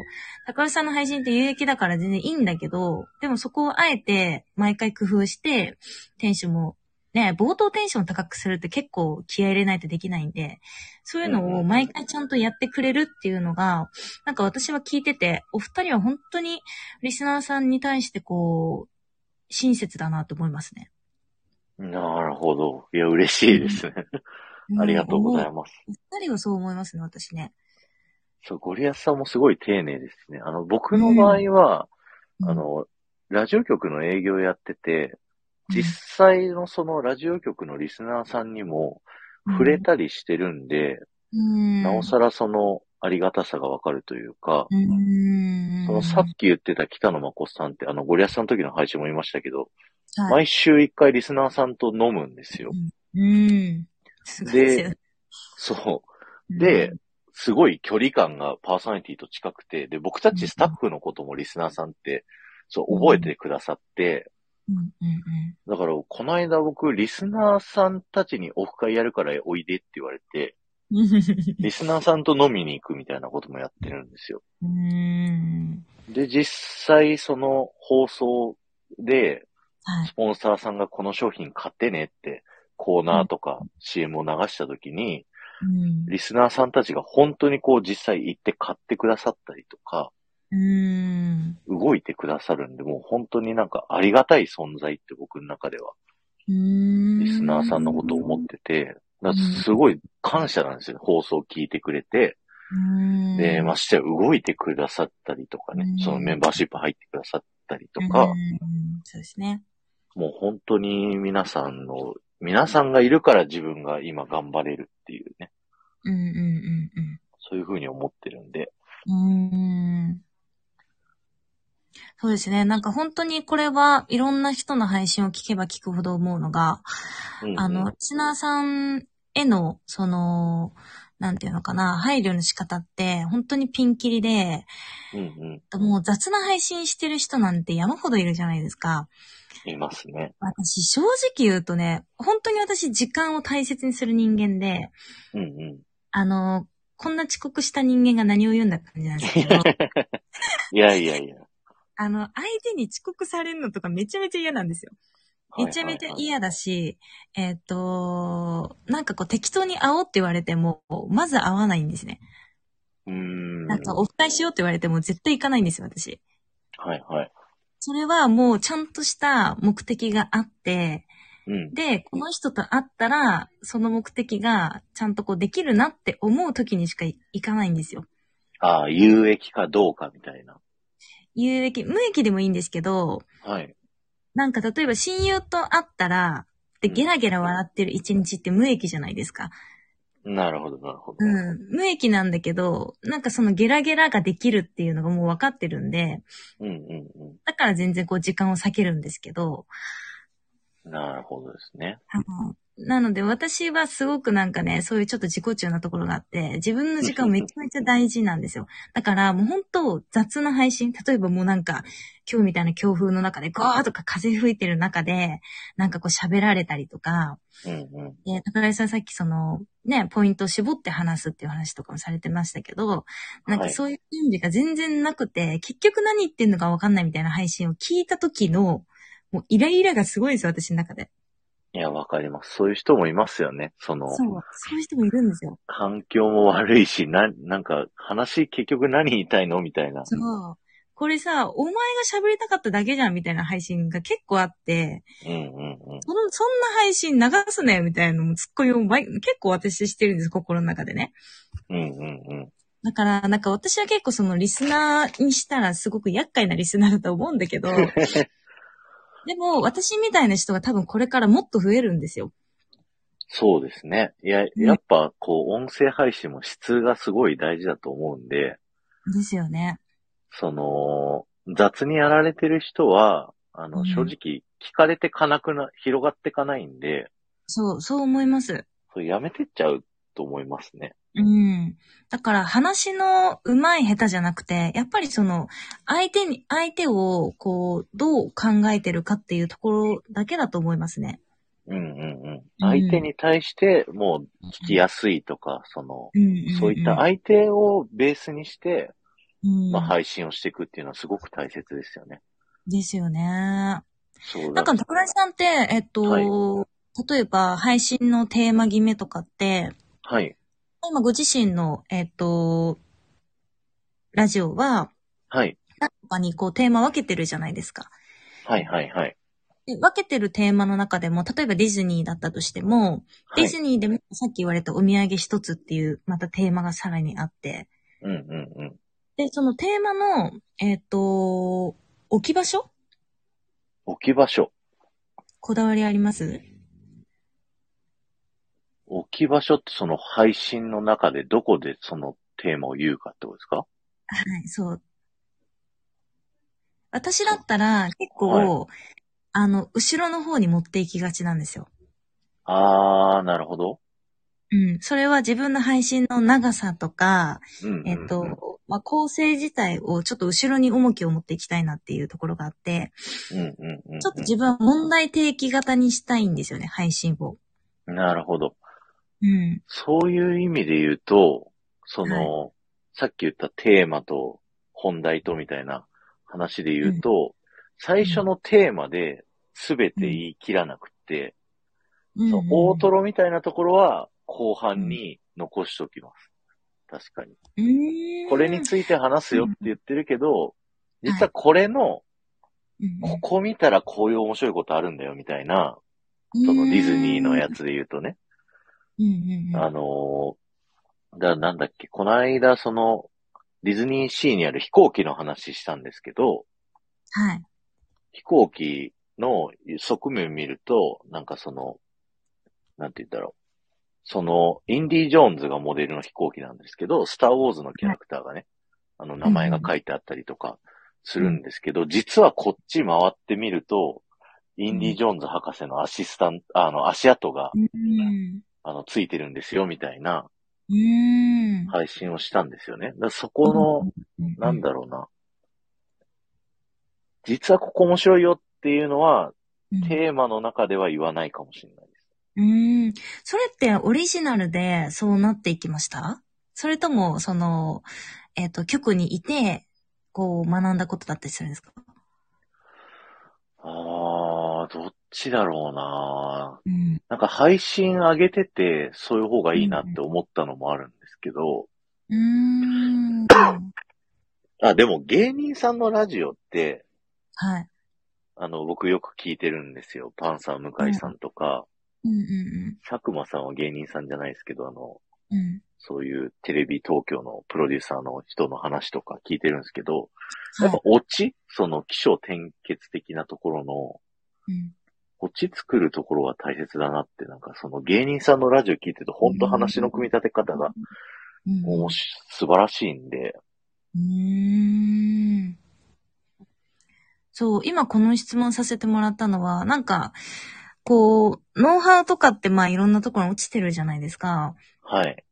高井さんの配信って有益だから全然いいんだけど、でもそこをあえて毎回工夫して、テンションも、ね、冒頭テンション高くするって結構気合い入れないとできないんで、そういうのを毎回ちゃんとやってくれるっていうのが、なんか私は聞いてて、お二人は本当にリスナーさんに対してこう、親切だなと思いますね。なるほど。いや、嬉しいですね。ありがとうございす。ます。お二人はそう思いますね、私ね。そう、ゴリアスさんもすごい丁寧ですね。あの、僕の場合は、うんあの、ラジオ局の営業やってて、実際のそのラジオ局のリスナーさんにも触れたりしてるんで、うん、なおさらそのありがたさがわかるというか、うーん。そのさっき言ってた北野誠さんって、あの、ゴリアスさんの時の配信も言いましたけど、はい毎週一回リスナーさんと飲むんですよ。うん。すごいですよねそう。で、すごい距離感がパーソナリティと近くて、で、僕たちスタッフのこともリスナーさんって、そう、覚えてくださって、うんうんうんだから、この間僕、リスナーさんたちにオフ会やるからおいでって言われて、うん。リスナーさんと飲みに行くみたいなこともやってるんですよ。うーん。で、実際その放送で、はいス。ポンサーさんがこの商品買ってねってコーナーとか CM を流した時に、うん。リスナーさんたちが本当にこう実際行って買ってくださったりとか、うん。動いてくださるんで、もう本当になんかありがたい存在って僕の中では、うん。リスナーさんのことを思ってて、だからすごい感謝なんですよね。放送を聞いてくれて、うん。で、ましてや動いてくださったりとかねうん、そのメンバーシップ入ってくださったりとかうん、そうですね。もう本当に皆さんの、皆さんがいるから自分が今頑張れるっていうね、うんうんそういうふうに思ってるんで、うんうん。うん。そうですね。なんか本当にこれはいろんな人の配信を聞けば聞くほど思うのが、うんうんあの、リスナーさんへの、その、なんていうのかな、配慮の仕方って本当にピンキリで、うんうん、もう雑な配信してる人なんて山ほどいるじゃないですか。いますね。私、正直言うとね、本当に私時間を大切にする人間で、うんうん。あの、こんな遅刻した人間が何を言うんだって感じなんですけ ど、いやいやいや。あの、相手に遅刻されるのとかめちゃめちゃ嫌なんですよ。めちゃめちはいはゃいはい嫌だし、えっ、と、なんかこう適当に会おうって言われても、まず会わないんですね。うーん。なんかオフ会しようって言われても絶対行かないんですよ、私。はいはい。それはもうちゃんとした目的があって、うん。で、この人と会ったら、その目的がちゃんとこうできるなって思う時にしか行かないんですよ。ああ、有益かどうかみたいな。有益、無益でもいいんですけど、はい。なんか例えば親友と会ったら、で、ゲラゲラ笑ってる一日って無益じゃないですか。なるほど、なるほど。うん。無益なんだけど、なんかそのゲラゲラができるっていうのがもう分かってるんで、うんうんだから全然こう時間を避けるんですけど、うん。なるほどですね。あのなので私はすごくなんかね、そういうちょっと自己中なところがあって、自分の時間めちゃめちゃ大事なんですよ。だからもう本当雑な配信、例えばもうなんか今日みたいな強風の中でゴーとか風吹いてる中で、なんかこう喋られたりとか、うんうん。で、高井さんさっきその、ね、ポイントを絞って話すっていう話とかもされてましたけど、なんはかいそういう準備が全然なくて、結局何言ってんのかわかんないみたいな配信を聞いた時の、もうイライラがすごいですよ、私の中で。いや、わかります。そういう人もいますよね。その、そう、そういう人もいるんですよ。環境も悪いし、な、なんか、話結局何言いたいのみたいな。そう。これさ、お前が喋りたかっただけじゃんみたいな配信が結構あって、うんうんうん。そのそんな配信流すねみたいなのもツッコミを毎結構私してるんです、心の中でね。うんうんうん。だから、なんか私は結構そのリスナーにしたらすごく厄介なリスナーだと思うんだけど、でも私みたいな人が多分これからもっと増えるんですよ。そうですね。いや、やっぱ、こう、音声配信も質がすごい大事だと思うんで、ですよね。その、雑にやられてる人は、あうの、ん正直、聞かれてかなくな、広がってかないんで、そう、そう思います。それやめてっちゃうと思いますね。うん。だから話の上手い下手じゃなくて、やっぱりその、相手に、相手をこう、どう考えてるかっていうところだけだと思いますね。うんうんうん。相手に対して、もう、聞きやすいとか、その、うんそういった相手をベースにして、うんまあ、配信をしていくっていうのはすごく大切ですよね。ですよね。そうなんだ。か、桜井さんって、えっと、はい例えば配信のテーマ決めとかって、はい。今ご自身の、えっと、ラジオは、はい。何個かにこうテーマ分けてるじゃないですか。はいはいはい。で分けてるテーマの中でも、例えばディズニーだったとしても、はデいィズニーでもさっき言われたお土産一つっていう、またテーマがさらにあって、うんうんうん。で、そのテーマの、えっ、と、置き場所置き場所。こだわりあります置き場所ってその配信の中でどこでそのテーマを言うかってことですかはい、そう。私だったら結構、はあの、後ろの方に持っていきがちなんですよ。あー、なるほど。うん。それは自分の配信の長さとか、うんうんうん、えっと、まあ、構成自体をちょっと後ろに重きを持っていきたいなっていうところがあって、うんうんうんうん、ちょっと自分は問題提起型にしたいんですよね、配信を。なるほど。うん。そういう意味で言うと、その、さっき言ったテーマと本題とみたいな、話で言うと、最初のテーマで全て言い切らなくって、うんその大トロみたいなところは後半に残しておきます。確かに。うんこれについて話すよって言ってるけど、実はこれの、うんここ見たらこういう面白いことあるんだよみたいな、そのディズニーのやつで言うとね、うんうんうんあのーだ、なんだっけ、この間、その、ディズニーシーにある飛行機の話したんですけど、はい。飛行機の側面見ると、なんかその、なんて言ったろう。その、インディ・ジョーンズがモデルの飛行機なんですけど、スター・ウォーズのキャラクターがね、あの、名前が書いてあったりとかするんですけど、実はこっち回ってみると、インディ・ジョーンズ博士のアシスタント、あの、足跡が、うん。あの、ついてるんですよ、みたいな、うん。配信をしたんですよね。だからそこの、なんだろうな。実はここ面白いよっていうのは、うん、テーマの中では言わないかもしれないです。うん。それってオリジナルでそうなっていきましたそれとも、その、えっ、と、局にいて、こう、学んだことだったりするんですかあー、どっちだろうなうん。なんか配信上げてて、そういう方がいいなって思ったのもあるんですけど、うん。あ、でも芸人さんのラジオって、はい。あの、僕よく聞いてるんですよ。パンサー向井さんとか、うんうん佐久間さんは芸人さんじゃないですけど、あの、うん。うん。そういうテレビ東京のプロデューサーの人の話とか聞いてるんですけど、はやっいぱ。オチ、その気象転結的なところの、うんオチ作るところは大切だなって、なんかその芸人さんのラジオ聞いてると、ほんと話の組み立て方が、うんもうし素晴らしいんで、うーんそう、今この質問させてもらったのは、なんか、こう、ノウハウとかってまあいろんなところに落ちてるじゃないですか。はい。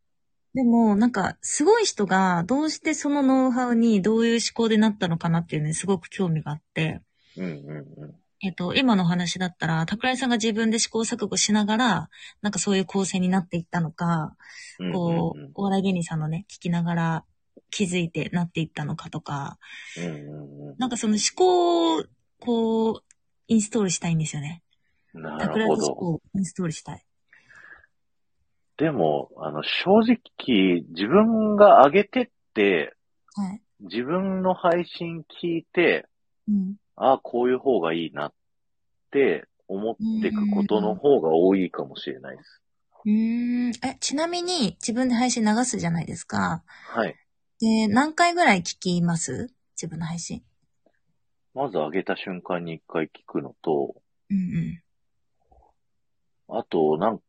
でも、なんか、すごい人がどうしてそのノウハウにどういう思考でなったのかなっていうのにすごく興味があって。うんうんうん。えっと、今のお話だったら、桜井さんが自分で試行錯誤しながら、なんかそういう構成になっていったのか、うんこう、うんお笑い芸人さんのね、聞きながら気づいてなっていったのかとか、うんうんうんなんかその思考を、こう、インストールしたいんですよね。な桜る井ほさん思ど。考をインストールしたい。でも、あの、正直、自分が上げてって、はい。自分の配信聞いて、うん。ああ、こういう方がいいなって思ってくことの方が多いかもしれないです。うーん。え、ちなみに、自分で配信流すじゃないですか。はい。で、何回ぐらい聞きます自分の配信。まず上げた瞬間に一回聞くのと、うんうん。あと、なん、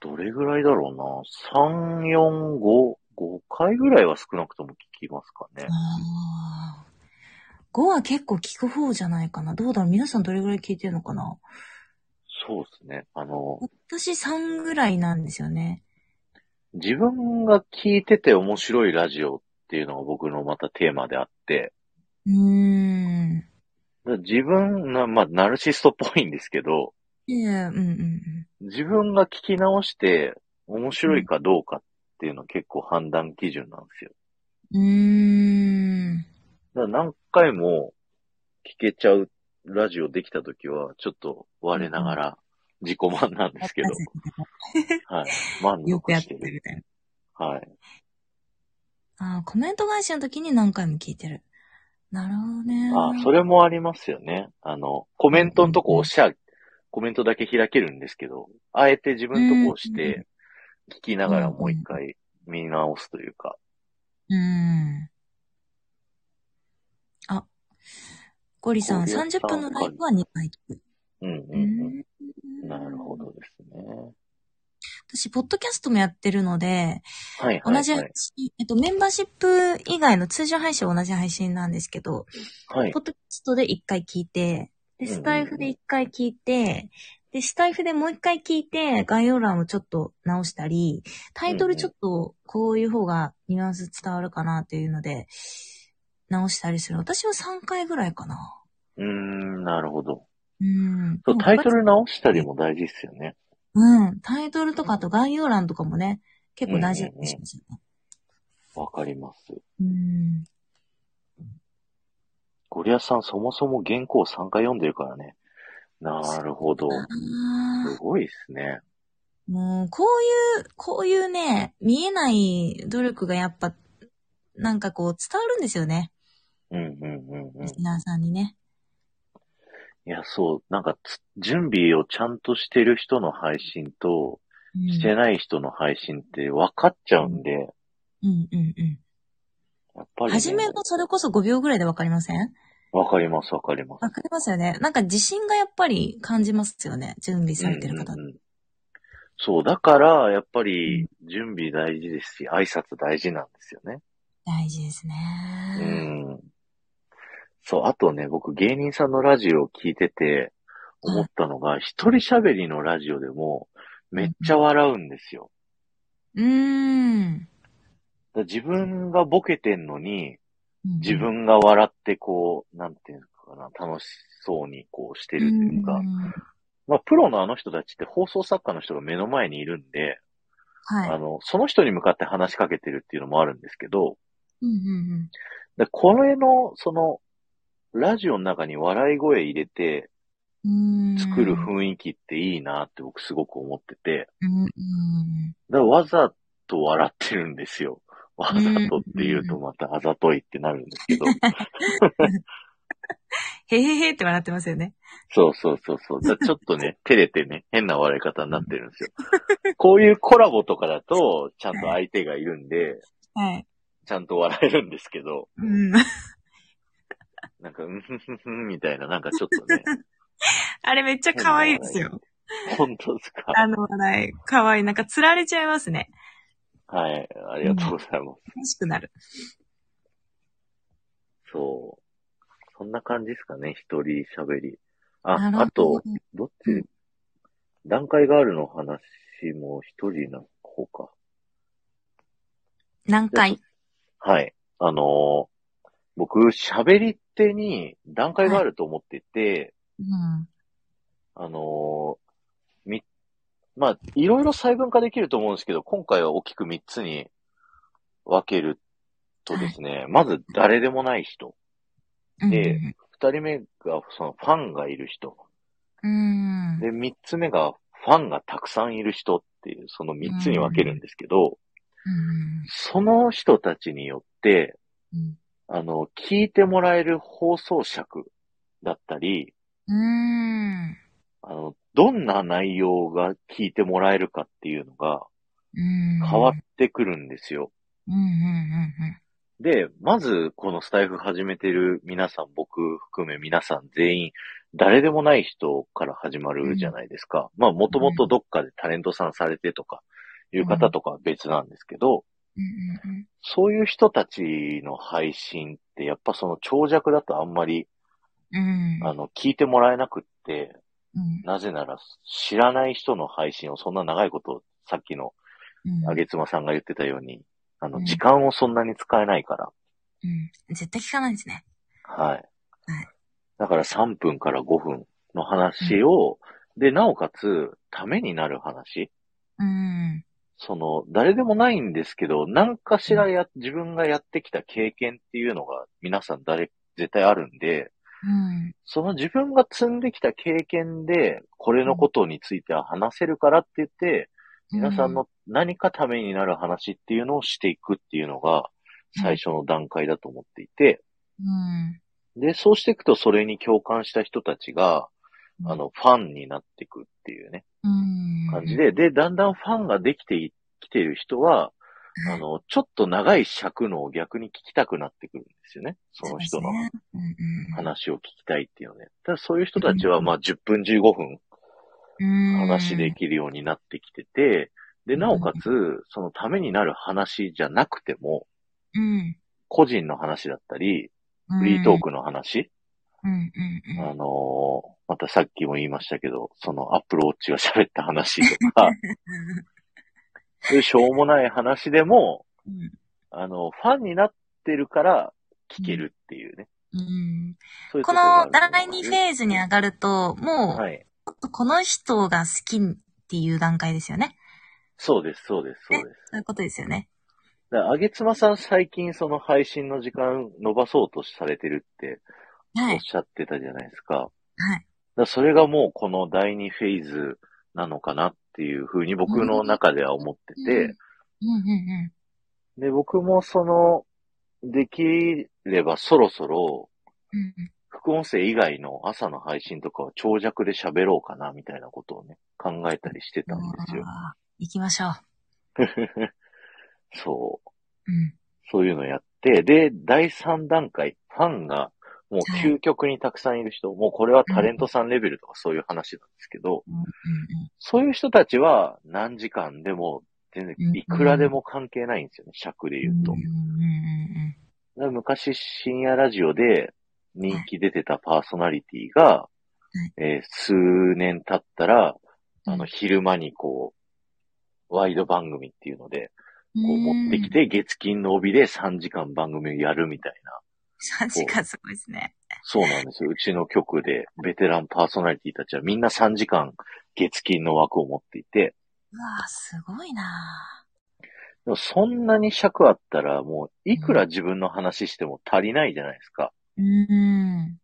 どれぐらいだろうな。3、4、5、5回ぐらいは少なくとも聞きますかね。ああ。5は結構聞く方じゃないかな。どうだろう皆さんどれぐらい聞いてるのかなそうですね。あの、私3ぐらいなんですよね。自分が聞いてて面白いラジオっていうのが僕のまたテーマであって、うーん。自分な、まあ、ナルシストっぽいんですけど、ええうんうん自分が聞き直して面白いかどうかっていうのは結構判断基準なんですよ。うん。うーん。だから何回も聞けちゃうラジオできた時は、ちょっと我ながら自己満なんですけど、はい。満よく足やっしててるる。みたいな。はい。ああ、コメント返しの時に何回も聞いてる。なるほどね。あ、それもありますよね。あの、コメントのとこ押しちゃう。コメントだけ開けるんですけど、あえて自分のとこ押しうんうて、聞きながらもう一回見直すというか、うん。あ、ゴリさん、ゴリさん30分のライブは2回聞く。うんううんうん。んなるほど。ですね。私、ポッドキャストもやってるので、はいはい、はい。同じ、えっと、メンバーシップ以外の通常配信は同じ配信なんですけど、はい。ポッドキャストで一回聞いて、で、うんうんうんスタイフで一回聞いて、で、スタイフでもう一回聞いて、概要欄をちょっと直したり、タイトルちょっとこういう方がニュアンス伝わるかなっていうので、直したりする。私は3回ぐらいかな。うーん、なるほど。うん。そう、タイトでもル直したりも大事ですよね。うん。タイトルとかあと概要欄とかもね、結構大事だったりしますよね。わかります。うん。ゴリアスさんそもそも原稿を3回読んでるからね。なるほど。あすごいですね。ーもう、こういう、こういうね、見えない努力がやっぱ、なんかこう伝わるんですよね。うんうんうんうん。リいスナーさんにね。や、そう。なんかつ、準備をちゃんとしてる人の配信と、うんしてない人の配信って分かっちゃうんで、やうんうんうん。っぱり、ね。初めのそれこそ5秒ぐらいでわかりませんわかります、わかります。わかりますよね。なんか自信がやっぱり感じますよね。準備されてる方。うんうんうんそう、だから、やっぱり、準備大事ですし、挨拶大事なんですよね。大事ですね。うん。そう、あとね、僕、芸人さんのラジオを聞いてて、思ったのが、一人喋りのラジオでも、めっちゃ笑うんですよ。うーん。だから自分がボケてんのに、うん自分が笑って、こう、なんていうのかな、楽しそうに、こう、してるっていうか、んまあ、プロのあの人たちって放送作家の人が目の前にいるんで、あはの、その人に向かって話しかけてるっていうのもあるんですけど、い。うんうんうん。でこれの、その、ラジオの中に笑い声入れて作る雰囲気っていいなって僕すごく思ってて、うんうんだからわざと笑ってるんですよ。わざとって言うとまたあざといってなるんですけど、へへへって笑ってますよね。そうそうそうそう。だからちょっと ね、照れてね、変な笑い方になってるんですよ。こういうコラボとかだと、ちゃんと相手がいるんで、はい。ちゃんと笑えるんですけど、うん。 なんか、うんふんふんふんみたいな、なんかちょっと ね、あれめっちゃ可愛いですよ。本当ですか。あの笑い。可愛い。なんか釣られちゃいますね。はい。ありがとうございます。楽しくなる。そう。そんな感じですかね、一人喋り。なあ、るあほどと、、どっうんち段階ガールの話も一人の方か。何回はい。あのー僕、喋り手に段階があると思ってて、うん。あのーみ、まあ、いろいろ細分化できると思うんですけど、今回は大きく3つに分けるとですね、まず誰でもない人。でうん二人目が、その、ファンがいる人。うん。で、三つ目が、ファンがたくさんいる人っていう、その三つに分けるんですけど、うんその人たちによって、うんあの、聞いてもらえる放送尺だったり、うん。あの、どんな内容が聞いてもらえるかっていうのが変変わってくるんですよ。うんうんうんで、まず、このスタイフ始めてる皆さん、僕含め皆さん全員、誰でもない人から始まるじゃないですか。まあ、もともとどっかでタレントさんされてとか、いう方とかは別なんですけど、うんうんうん。そういう人たちの配信って、やっぱその長尺だとあんまり、うん。あの、聞いてもらえなくって、うん、なぜなら知らない人の配信をそんな長いこと、さっきのあげつまさんが言ってたように、あうの、ん時間をそんなに使えないから、うん。絶対聞かないですね。はいはい。だから3分から5分の話を、で、なおかつ、ためになる話。うん。その、誰でもないんですけど、何かしらや、自分がやってきた経験っていうのが、皆さん誰、絶対あるんで、うん。その自分が積んできた経験で、これのことについては話せるからって言って、皆さんの何かためになる話っていうのをしていくっていうのが、最初の段階だと思っていて、うん。で、そうしていくとそれに共感した人たちが、うんあの、ファンになっていくっていうね、うん。感じで、で、だんだんファンができていきている人は、あの、ちょっと長い尺のを逆に聞きたくなってくるんですよね。その人のそうですね話を聞きたいっていうのね。ただそういう人たちは、まあ、10分15分うんうん、話できるようになってきてて、で、なおかつ、そのためになる話じゃなくても、うん、個人の話だったり、うん。フリートークの話、うんうんうん。あのーまたさっきも言いましたけど、そのアップローチが喋った話と か、そういうしょうもない話でも、うんあの、ファンになってるから聞けるっていうね。うんそういうことろがあのると思第いま2すフェーズに上がると、もう、はい。この人が好きっていう段階ですよね。そうです、そうです、そうです。そういうことですよね。だからあげつまさん最近その配信の時間伸ばそうとされてるってはおっい。しゃってたじゃないですか。はい。だからそれがもうこの第2フェーズなのかなっていうふうに僕の中では思ってて、うんうんうん。で、僕もその、できればそろそろ、うん副音声以外の朝の配信とかは長尺で喋ろうかなみたいなことをね、考えたりしてたんですうん。よ。あー行きましょう。そう。うん。そういうのやって、で、第3段階、ファンがもう究極にたくさんいる人、もうこれはタレントさんレベルとかそういう話なんですけど、そういう人たちは何時間でも、全然いくらでも関係ないんですよね、尺でう言んうと。うんうんうんだから昔深夜ラジオで人気出てたパーソナリティが、えー数年経ったら、うんあの、昼間にこう、ワイド番組っていうので、うんこう持ってき。て、月金の帯で3時間番組をやるみたいな。 3時間すごいですね。そうなんですよ。うちの局でベテランパーソナリティたちはみんな3時間月金の枠を持っていて、うわあすごいなでもそんなに尺あったら、もういくら自分の話しても足りないじゃないですか。ぁうだん。か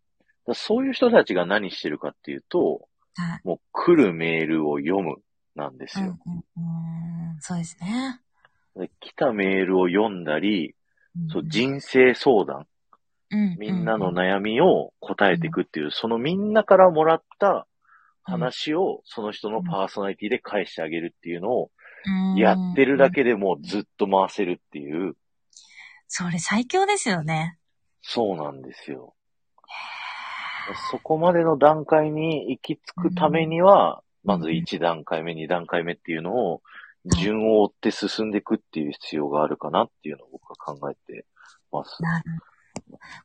らそういう人たちが何してるかっていうと、はい。もう来るメールを読むなんですうんよ。うんうんそうですね。で来たメールを読んだり、そうじ人生相談、うんみんなの悩みを答えていくっていう、そのみんなからもらった話をその人のパーソナリティで返してあげるっていうのをやってるだ。うんけでもうずっと回せるっていう、それ最強ですよね。そうなんですよ。そこまでの段階に行き着くためには、うんまず1段階目、2段階目っていうのを、はい順を追って進んでいくっていう必要があるかなっていうのを僕は考えてます。なる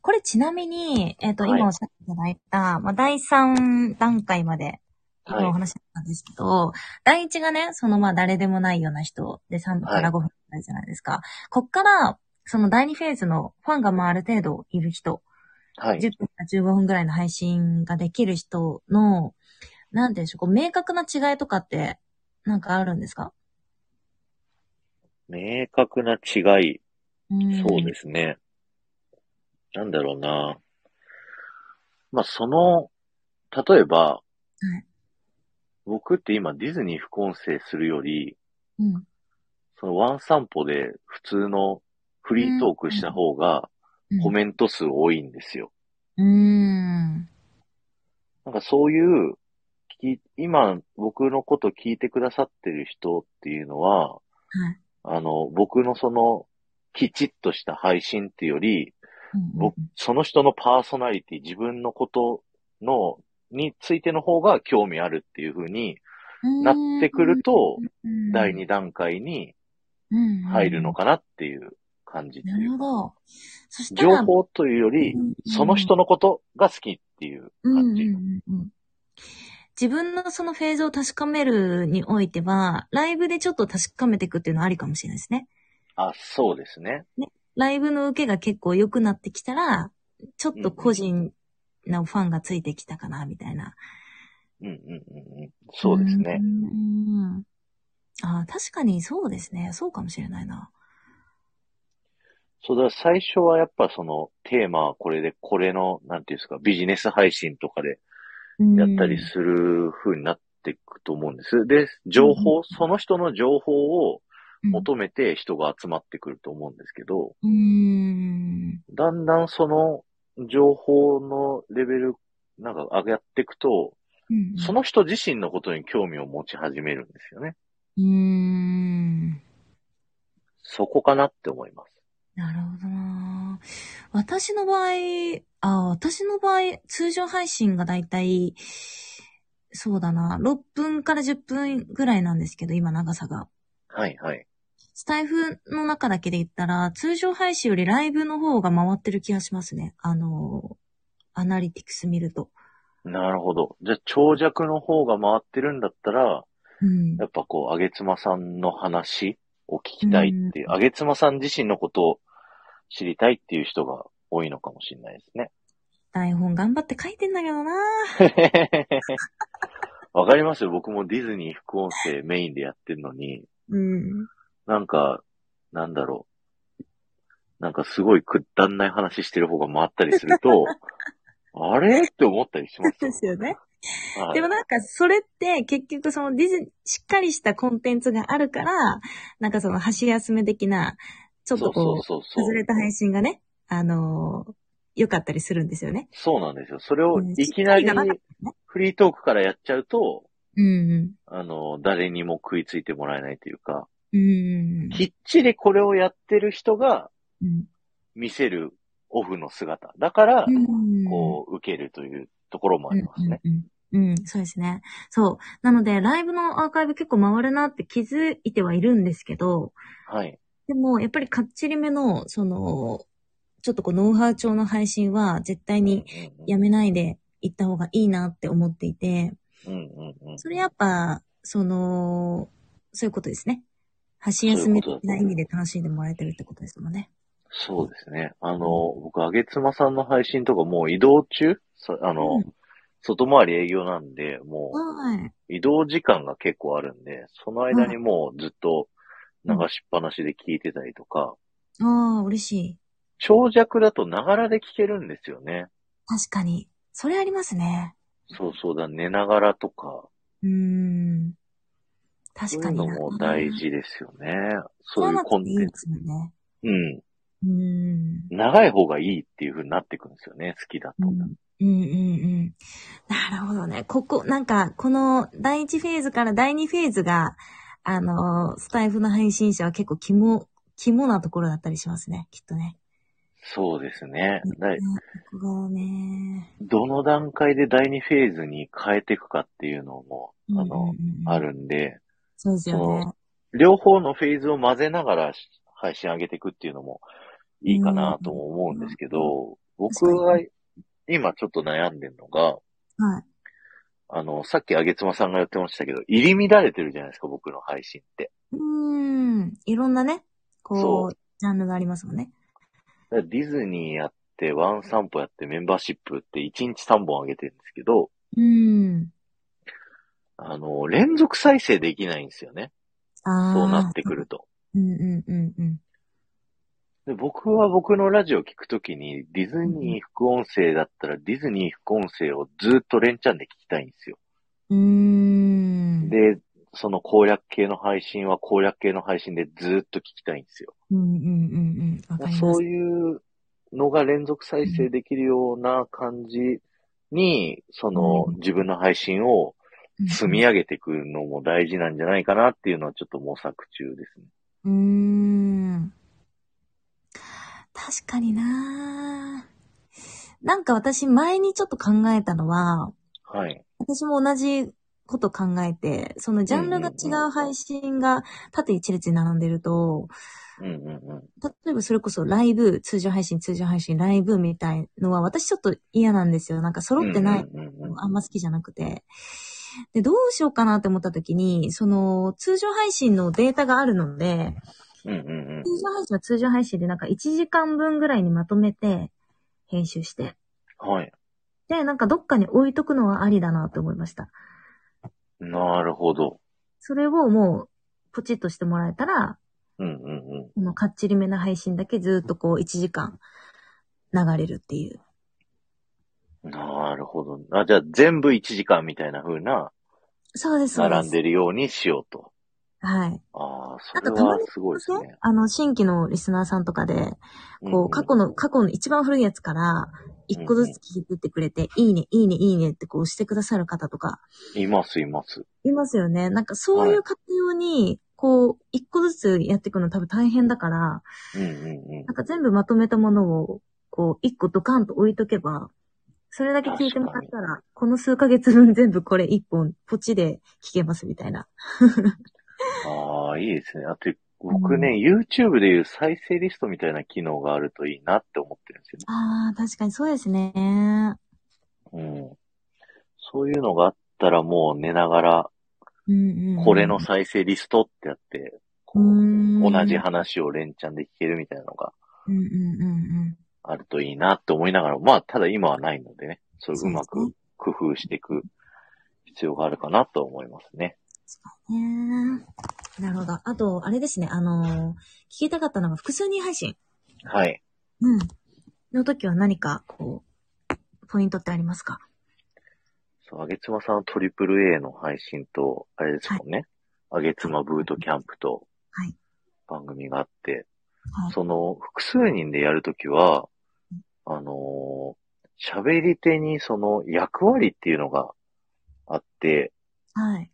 これちなみに、えっ、と、はい今おっしゃっていただいた、まあ、第3段階まで、はい今お話ししたんですけど、第1がね、そのまあ誰でもないような人で3から5分くらいじゃないですか。こっから、その第2フェーズのファンがまあある程度いる人、はい。 10分から15分ぐらいの配信ができる人の、なんていうんでしょう、こう明確な違いとかって、なんかあるんですか。明確な違い。そうですすね。なんだろうな。まあ、その、例えば、はい僕って今ディズニー副音声するより、うん。そのワン散歩で普通のフリートークした方がうんコメント数多いんですよ。うーん。なんかそういう、き今僕のこと聞いてくださってる人っていうのは、はい。あの、僕のその、きちっとした配信っていうより、僕うん、その人のパーソナリティ、自分のことの、についての方が興味あるっていう風にうんなってくる、と、うん第2段階にうん入るのかなっていう感じとないうるほかど。そした情ら、報というよりう、んその人のことが好きっていう感じ。うんうんうんうん自分のそのフェーズを確かめるにおいては、ライブでちょっと確かめていくっていうのはありかもしれないですね。あ、そうですね。ライブの受けが結構良くなってきたら、ちょっと個人のファンがついてきたかな、みたいな。うんうんうんうん。そうですねう。んうんあー確かにそうですね。そうかもしれないな。そうだ、最初はやっぱそのテーマはこれで、これの、なんていうんですか、ビジネス配信とかでやったりする風になっていくと思うんです。で、情報、その人の情報をうん。求めて人が集まってくると思うんですけど、うん。だんだんその情報のレベル、なんか上がっていくと、うんその人自身のことに興味を持ち始めるんですよね。うーん。そこかなって思います。なるほどな私の場合、あ、私の場合、通常配信がだいたい、そうだな、6分から10分ぐらいなんですけど、今長さが。はいはい。スタイフの中だけで言ったら、通常配信よりライブの方が回ってる気がしますね。あの、アナリティクス見ると。なるほど。じゃあ、長尺の方が回ってるんだったら、うんや。っぱこう、あげつまさんの話を聞きたいっていう、あげつまさん自身のことを知りたいっていう人が多いのかもしれないです ね。台本頑張って書いてんだけどなわかりますよ。僕もディズニー副音声メインでやってるのに、うん。なんか、なんだろ う。なんかすごいくだんない話してる方が回ったりすると、あれって思ったりします ですよね。はいでもなんか、それって結局そのディズニー、しっかりしたコンテンツがあるから、なんかその箸休め的な、ちょっそとうそうこそうう、そう。外れた配信がね、あのー良かったりするんですよね。そうなんですよ。それをうんいきなりしっかりがなかっフリートークからやっちゃうと、うんあの、誰にも食いついてもらえないというか、うん。うんきっちりこれをやってる人がうん。見せるオフの姿。だから、うん。こう、受けるというところもありますね。うんうんうんうん、そうですね。そう。なので、ライブのアーカイブ結構回るなって気づいてはいるんですけど、はい。でも、やっぱりかっちりめの、その、ちょっとこう、ノウハウ調の配信は絶対にやめないで行った方がいいなって思っていて、うんうんうん。それやっぱ、その、そういうことですね。箸休め的な意味で楽しんでもらえてるってことですもんね。そうですね。あの、僕、あげつまさんの配信とかもう移動中そあの、うん外回り営業なんで、もうはい。移動時間が結構あるんで、その間にもうずっと流しっぱなしで聞いてたりとか、ああ、嬉しい。長尺だとながらで聞けるんですよね。確かに。それありますね。そうそうだ、寝ながらとか、うーん。確そうかいうにな。のも大事ですよね。そそうういなうんコンてテいいンでツ。すよね。うん。うーん。長い方がいいっていう風になってくるんですよね、好きだと。うんうんうんうん。なるほどね。ここ、なんか、この第一フェーズから第二フェーズが、あのー、スタイフの配信者は結構肝、肝なところだったりしますね、きっとね。そうですね。だいここがね。どの段階で第2フェーズに変えていくかっていうのも、あうんうの、んうんあ。るんで、そうですよね。両方のフェーズを混ぜながら配信上げていくっていうのもいいかなとも思うんですけど、僕が今ちょっと悩んでるのが、はい。あの、さっきあげつまさんが言ってましたけど、入り乱れてるじゃないですか、僕の配信って。うーん。いろんなね、そこう、ジャンルがありますもんね。だからディズニーやって、ワン散歩やって、メンバーシップって1日3本上げてるんですけど、うーん。あの、連続再生できないんですよね。ああ。そうなってくると。うんうんうんうん。で僕は僕のラジオ聞くときに、ディズニー副音声だったら、ディズニー副音声をずっと連チャンで聞きたいんですよ。うーん。で、その攻略系の配信は攻略系の配信でずっと聞きたいんですよ。うんうんうんうん。わかります。そういうのが連続再生できるような感じに、そのうん自分の配信を積み上げていくのも大事なんじゃないかなっていうのはちょっと模索中ですね。うーん。確かにななんか私前にちょっと考えたのは、はい。私も同じこと考えて、そのジャンルが違う配信が縦一列に並んでると、うんうんうん。例えばそれこそライブ、通常配信、通常配信、ライブみたいのは私ちょっと嫌なんですよ。なんか揃ってないうんうんうんうんあんま好きじゃなくて。で、どうしようかなって思った時に、その、通常配信のデータがあるので、うんうんうん通常配信は通常配信でなんか1時間分ぐらいにまとめて、編集して。はい。で、なんかどっかに置いとくのはありだなと思いました。なるほど。それをもう、ポチッとしてもらえたら、うんうんうん。このかっちりめな配信だけずっとこう1時間流れるっていう。なるほど。あ、じゃあ全部1時間みたいな風な、そうです、そうです。並んでるようにしようと。はい。ああ、そなんれかたまはにすごいですね。あの、新規のリスナーさんとかで、んこんう、過去の、過去の一番古いやつから、一個ずつ聞いてってくれて、いいね、いいね、いいねってこう押してくださる方とか、います、います。いますよね。なんかそういう活用に、こう、一個ずつやっていくの多分大変だから、うんうんうんなん。か全部まとめたものを、こう、一個ドカンと置いとけば、それだけ聞いてもらったら、この数ヶ月分全部これ一本、ポチで聞けますみたいな。ああ、いいですね。あと、僕ね、YouTube でいう再生リストみたいな機能があるといいなって思ってるんですああ、確かにそうですね。よね。うん。そういうのがあったらもう寝ながら、うんうん。これの再生リストってやって、こうう、ん、同じ話を連チャンで聞けるみたいなのがうんうんうんうん。あるといいなって思いながら、まあ、ただ今はないのでね、そうそううでますねく工夫していく必要があるかなと思いますね。へえ。なるほど。あと、あれですね、あのー聞きたかったのが複数人配信。はい。うん。の時は何か、こう、ポイントってありますかそう、あげつまさんはトリプル A の配信と、あれですもんね。あげつまブートキャンプとはい、番組があって、はいその、複数人でやるときは、あのー喋り手にその役割っていうのがあって、はい。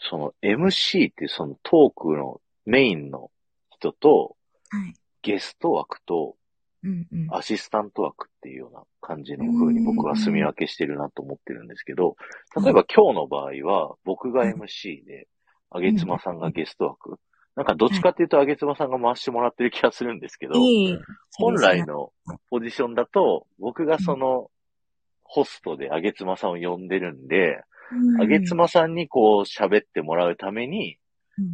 その MC っていうそのトークのメインの人と、はい。ゲスト枠とうんうん。アシスタント枠っていうような感じの風に僕は住み分けしてるなと思ってるんですけど、うん例えば今日の場合は僕が MC で、あげつまさんがゲスト枠。なんかどっちかっていうとあげつまさんが回してもらってる気がするんですけど、いい。本来のポジションだと僕がそのホストであげつまさんを呼んでるんで、あげつまさんにこう喋ってもらうために、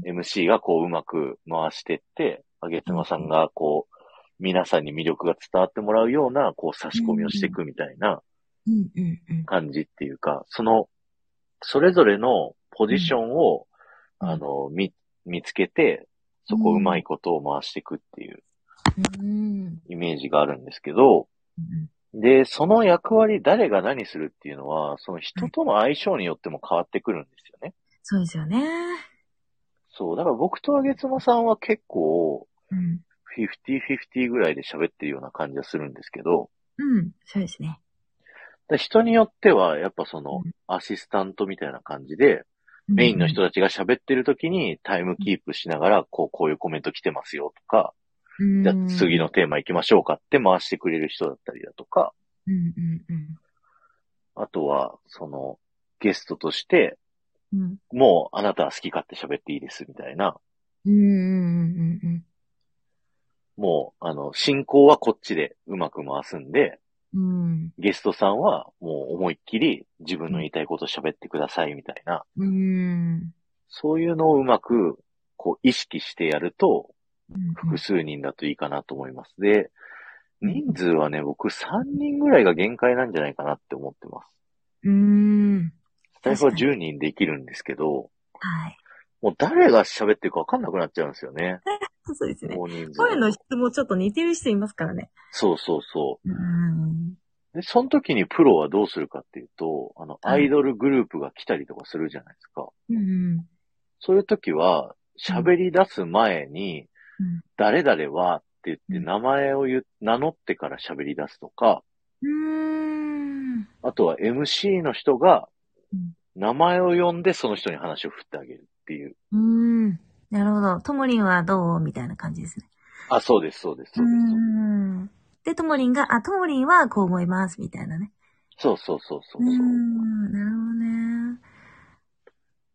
う MC がこううまく回してって、あげつまさんがこう、皆さんに魅力が伝わってもらうような、こう差し込みをしていくみたいなうんうんうん。感じっていうか、その、それぞれのポジションを、うんあの、見、見つけて、そこをうまいことを回していくっていううん。イメージがあるんですけど、で、その役割、誰が何するっていうのは、その人との相性によっても変わってくるんですよね。そうですよね。そう、だから僕とあげつまさんは結構、うん。 50-50ぐらいで喋ってるような感じがするんですけど、うん。そうですね。で人によっては、やっぱそのう、アシスタントみたいな感じで、メインの人たちが喋ってる時にタイムキープしながら、こう、こういうコメント来てますよとか、うん、じゃあ次のテーマ行きましょうかって回してくれる人だったりだとか、うんうんうんあとは、その、ゲストとして、うん。もうあなたは好き勝手喋っていいですみたいな、うんうんうんうんもう、あの、進行はこっちでうまく回すんで、うん。ゲストさんはもう思いっきり自分の言いたいことを喋ってくださいみたいな、うん。うん。そういうのをうまくこう意識してやるとうん複数人だといいかなと思います。で、人数はね、僕3人ぐらいが限界なんじゃないかなって思ってます。うん。スタイフは確か10人できるんですけど、はい。もう誰が喋ってるかわかんなくなっちゃうんですよね。そうですね。大人数だと声の質もちょっと似てる人いますからね。そうそうそうん。う。で、その時にプロはどうするかっていうと、あの、アイドルグループが来たりとかするじゃないですか。うん。そういう時は、喋り出す前に、うん誰々はって言ってうん名前を言う名乗ってから喋り出すとか、うん。あとは MC の人がうん、名前を呼んでその人に話を振ってあげるっていう。うん。なるほど。ともりんはどうみたいな感じですね。あ、そうです、そうです、そうです。ん。で、ともりんが、あ、ともりんはこう思います、みたいなね。そうそうそうそううそう。っん。なるほどね。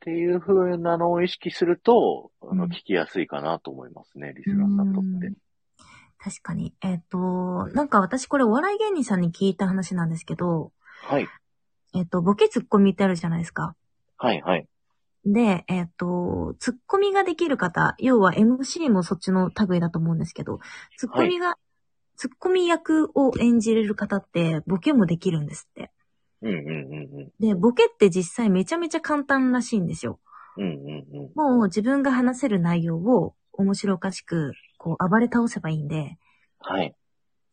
ていう風なのを意識すると、あのうん聞きやすいかなと思いますね、リスナーさんにとって。確かに。えっ、と、なんか私これお笑い芸人さんに聞いた話なんですけど、はい、えっ、と、ボケツッコミってあるじゃないですか。はい、はい。で、えっ、と、ツッコミができる方、要は MC もそっちの類だと思うんですけど、ツッコミが、ツッコミ役を演じれる方って、ボケもできるんですって。うん、うん、うん、うん。で、ボケって実際めちゃめちゃ簡単らしいんですよ。うん、うん、うん。もう自分が話せる内容を面白おかしく、こう、暴れ倒せばいいんで、はい。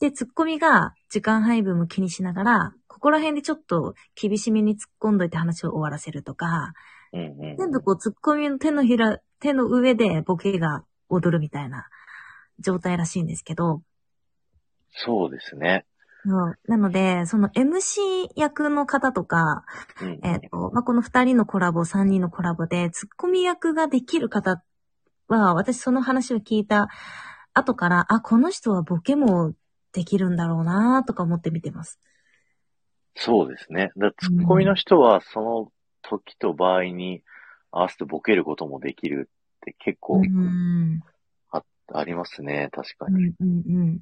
で、ツッコミが時間配分も気にしながら、ここら辺でちょっと厳しめに突っ込んどいて話を終わらせるとか、うん、うん。全部こうツッコミの手のひら、手の上でボケが踊るみたいな状態らしいんですけど、そうですね。うんなので、その MC 役の方とか、うんうん、えっ、と、まあ、この二人のコラボ、三人のコラボで、ツッコミ役ができる方は、私その話を聞いた後から、あ、この人はボケもできるんだろうなとか思って見てます。そうですね。だツッコミの人は、その時と場合に合わせてボケることもできるって結構うん。ありますね。確かうに。んうん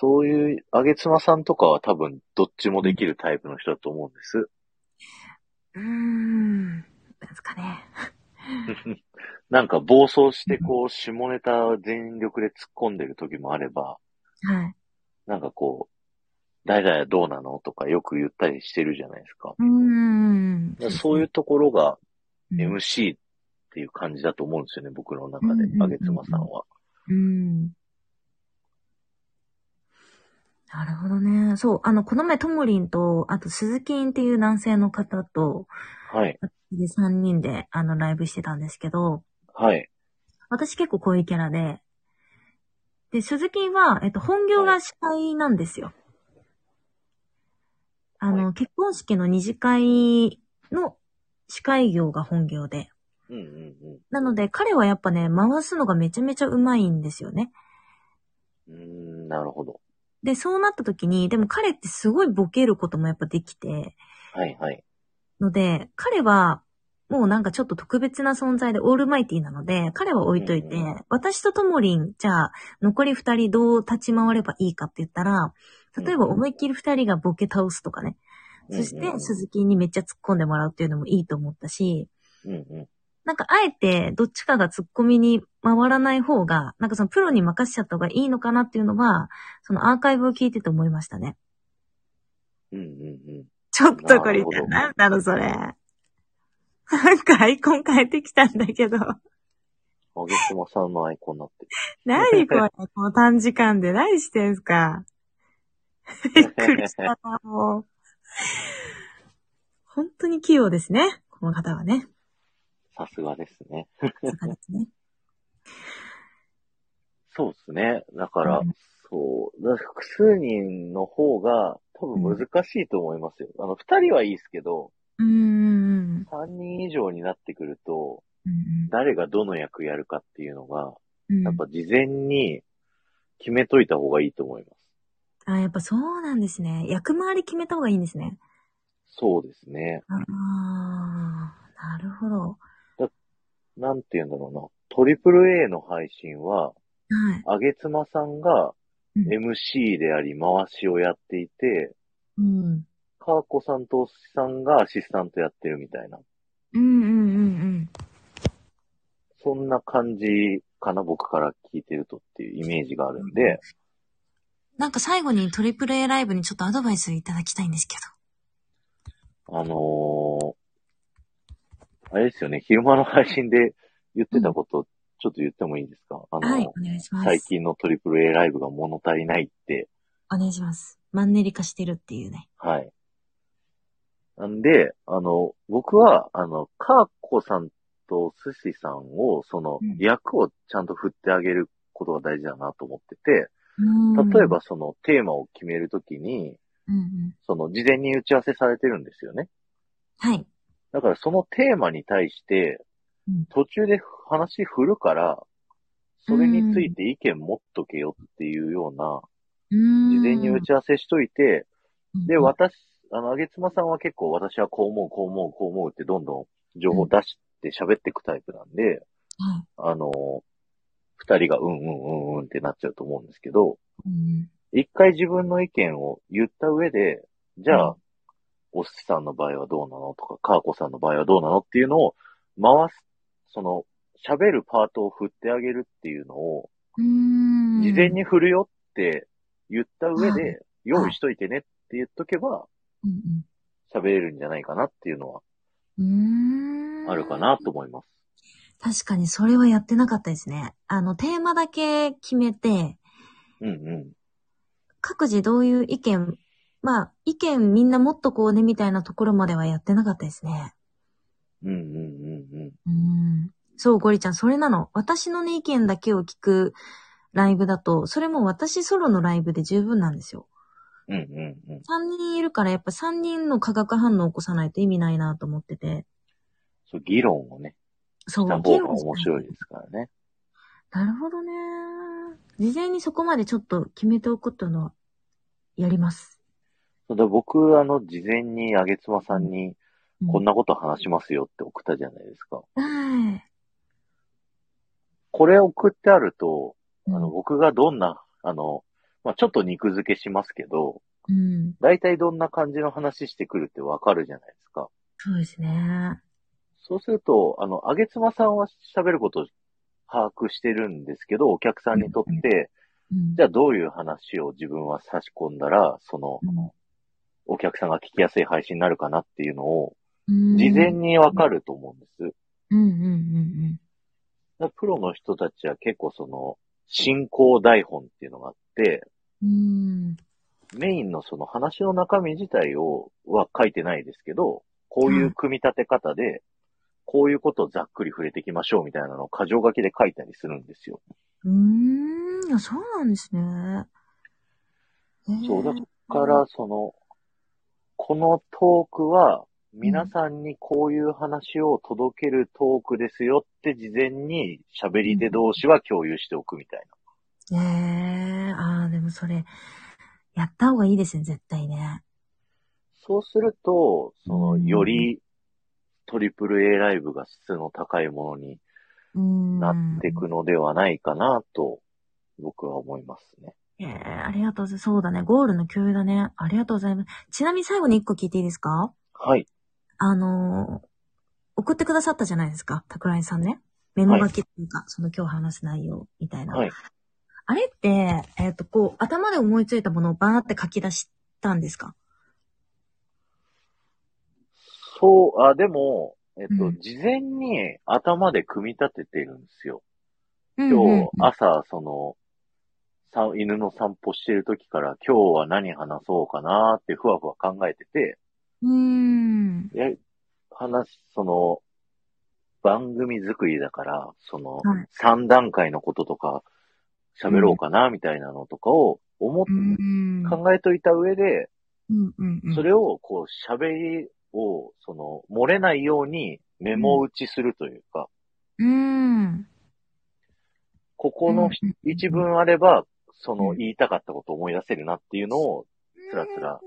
そういう、あげつまさんとかは多分、どっちもできるタイプの人だと思うんです。うん。うん。なんですかね。なんか暴走して、こう、下ネタ全力で突っ込んでる時もあれば、はい。なんかこう、誰々どうなのとかよく言ったりしてるじゃないですか。うん。だからそういうところがうん MC っていう感じだと思うんですよね、僕の中うんうんでうんう、んあげつまさんは。うん。なるほどね。そう。あの、この前、ともりんと、あと、鈴木んっていう男性の方と、はい。で、3人で、あの、ライブしてたんですけど、はい。私結構こういうキャラで、で、鈴木は、えっと、本業が司会なんですよ。あの、結婚式の二次会の司会業が本業で。うんうんなので、彼はやっぱね、回すのがめちゃめちゃうまいんですよね。うん。うーん、なるほど。で、そうなった時に、でも彼ってすごいボケることもやっぱできて、はいはい。ので、彼は、もうなんかちょっと特別な存在でオールマイティなので、彼は置いといて、うんう私とともりん、じゃあ、残り二人どう立ち回ればいいかって言ったら、例えばうんうん思いっきり二人がボケ倒すとかね。そしうんうんうて、ん鈴木にめっちゃ突っ込んでもらうっていうのもいいと思ったし、うんうなんかあえてどっちかが突っ込みに回らない方が、なんかそのプロに任せちゃった方がいいのかなっていうのは、そのアーカイブを聞いてて思いましたね。ん。うんうんうん。ちょっとこれじゃななんだろうそれ。なんかアイコン変えてきたんだけど。あげつまさんのアイコンになって何これ、この短時間で何してんすか。びっくりしたな、もう。本当に器用ですね。この方はね。さすがですね。さすがですね。そうですね。だから、うんそう。だから複数人の方が多分難しいと思いますよ。あの、二人はいいですけど、うーん。三人以上になってくると、うん誰がどの役やるかっていうのが、うんやっぱ事前に決めといた方がいいと思います。あ、やっぱそうなんですね。役回り決めた方がいいんですね。そうですね。ああ、なるほど。なんて言うんだろうな。トリプル a の配信は、はい。あげつまさんがうん MC であり、回しをやっていて、うん。かーこさんとおすしさんがアシスタントやってるみたいな。うんうんうんそんな感じかな、僕から聞いてるとっていうイメージがあるんで、なんか最後にトリプル a ライブにちょっとアドバイスいただきたいんですけあのー、あれですよね、昼間の配信で言ってたこと、ちょっと言ってもいいですかあのど。ー、はい、お願いします。最近の AAA ライブが物足りないって、お願いします。マンネリ化してるっていうね。はい。なんで、あの、僕は、あの、かーこさんとすしさんを、そのうん、役をちゃんと振ってあげることが大事だなと思ってて、うん例えば、そのテーマを決めるときに、うんうん、その事前に打ち合わせされてるんですよね。はい。だからそのテーマに対してうん、途中で話振るから、それについて意見持っとけよっていうような、事事前に打ち合わせしといて、で、わ私、あの、あげつまさんは結構私はこう思う、こう思う、こう思うってどんどん情報出して喋っていくタイプなんで、はい。あの、二人がうんうんうんうんってなっちゃうと思うんですけど、うん一回自分の意見を言った上で、じゃあ、うんおすしさんの場合はどうなのとか、かーこさんの場合はどうなのっていうのを回す、その、喋るパートを振ってあげるっていうのを、うん事前、に振るよって言った上はで、用意しといてねって言っとけば、うん喋れるんじゃないかなっていうのはうん、うーんあるか。なと思います。確かにそれはやってなかったですね。あの、テーマだけ決めて、うんうん。各自どういう意見、まあ、意見みんなもっとこうねみたいなところまではやってなかったですね。うんうんうんうん。うん。そう、ゴリちゃん、それなの。私のね、意見だけを聞くライブだと、それも私ソロのライブで十分なんですよ。うんうんうん。 3人いるから、やっぱ3人の化学反応を起こさないと意味ないなと思ってて。そう、議論をね、そしう、た方議が論しない面白いですからね。なるほどね。事前にそこまでちょっと決めておくっていうのは、やります。そうだ僕、あの、事前にあげつまさんに、うこん。なこと話しますよって送ったじゃないですか。はい。これ送ってあると、あの、うん僕がどんな、あの、まあ、ちょっと肉付けしますけど、うん。だいたいどんな感じの話してくるってわかるじゃないですか。そうですね。そうすると、あの、あげつまさんは喋ることを把握してるんですけど、お客さんにとって、うんじゃあどういう話を自分は差し込んだら、その、お客さんが聞きやすい配信になるかなっていうのを、うん事前にわかると思うんです。うんうんうんだからプロの人たちは結構その、進行台本っていうのがあって、うん。うん。メインのその話の中身自体を、は書いてないですけど、こういう組み立て方で、こういうことをざっくり触れていきましょうみたいなのを箇条書きで書いたりするんですよ。うーん、あそうなんですね。えーそうだから、その、このトークは、皆さんにこういう話を届けるトークですよって事前に喋り手同士は共有しておくみたいな。ええああ、でもそれ、やった方がいいですね、絶対ね。そうすると、その、より、トリプル A ライブが質の高いものにうーん。なっていくのではないかなと、僕は思いますね。ええありがとうございます。そうだね、ゴールの共有だね。ありがとうございます。ちなみに最後に一個聞いていいですかはい。あのー送ってくださったじゃないですか、桜井さんね。メモ書きっていうか、その今日話す内容みたいな。はい。あれって、えっ、と、こう、頭で思いついたものをバーって書き出したんですかそう、あ、でも、えっと、うん事前に頭で組み立ててるんですよ。今今日、朝、その、さ犬の散歩してる時から、今日は何話そうかなってふわふわ考えてて、うん。や話す、その、番組作りだから、その、はい3段階のこととか、喋ろうかな、みたいなのとかを思っ、うん。考えといた上で、うんうんうん。それを、こう、喋りを、その、漏れないようにメモ打ちするというか、うん。ここのひうん一文あれば、その、うん言いたかったことを思い出せるなっていうのを、つらつら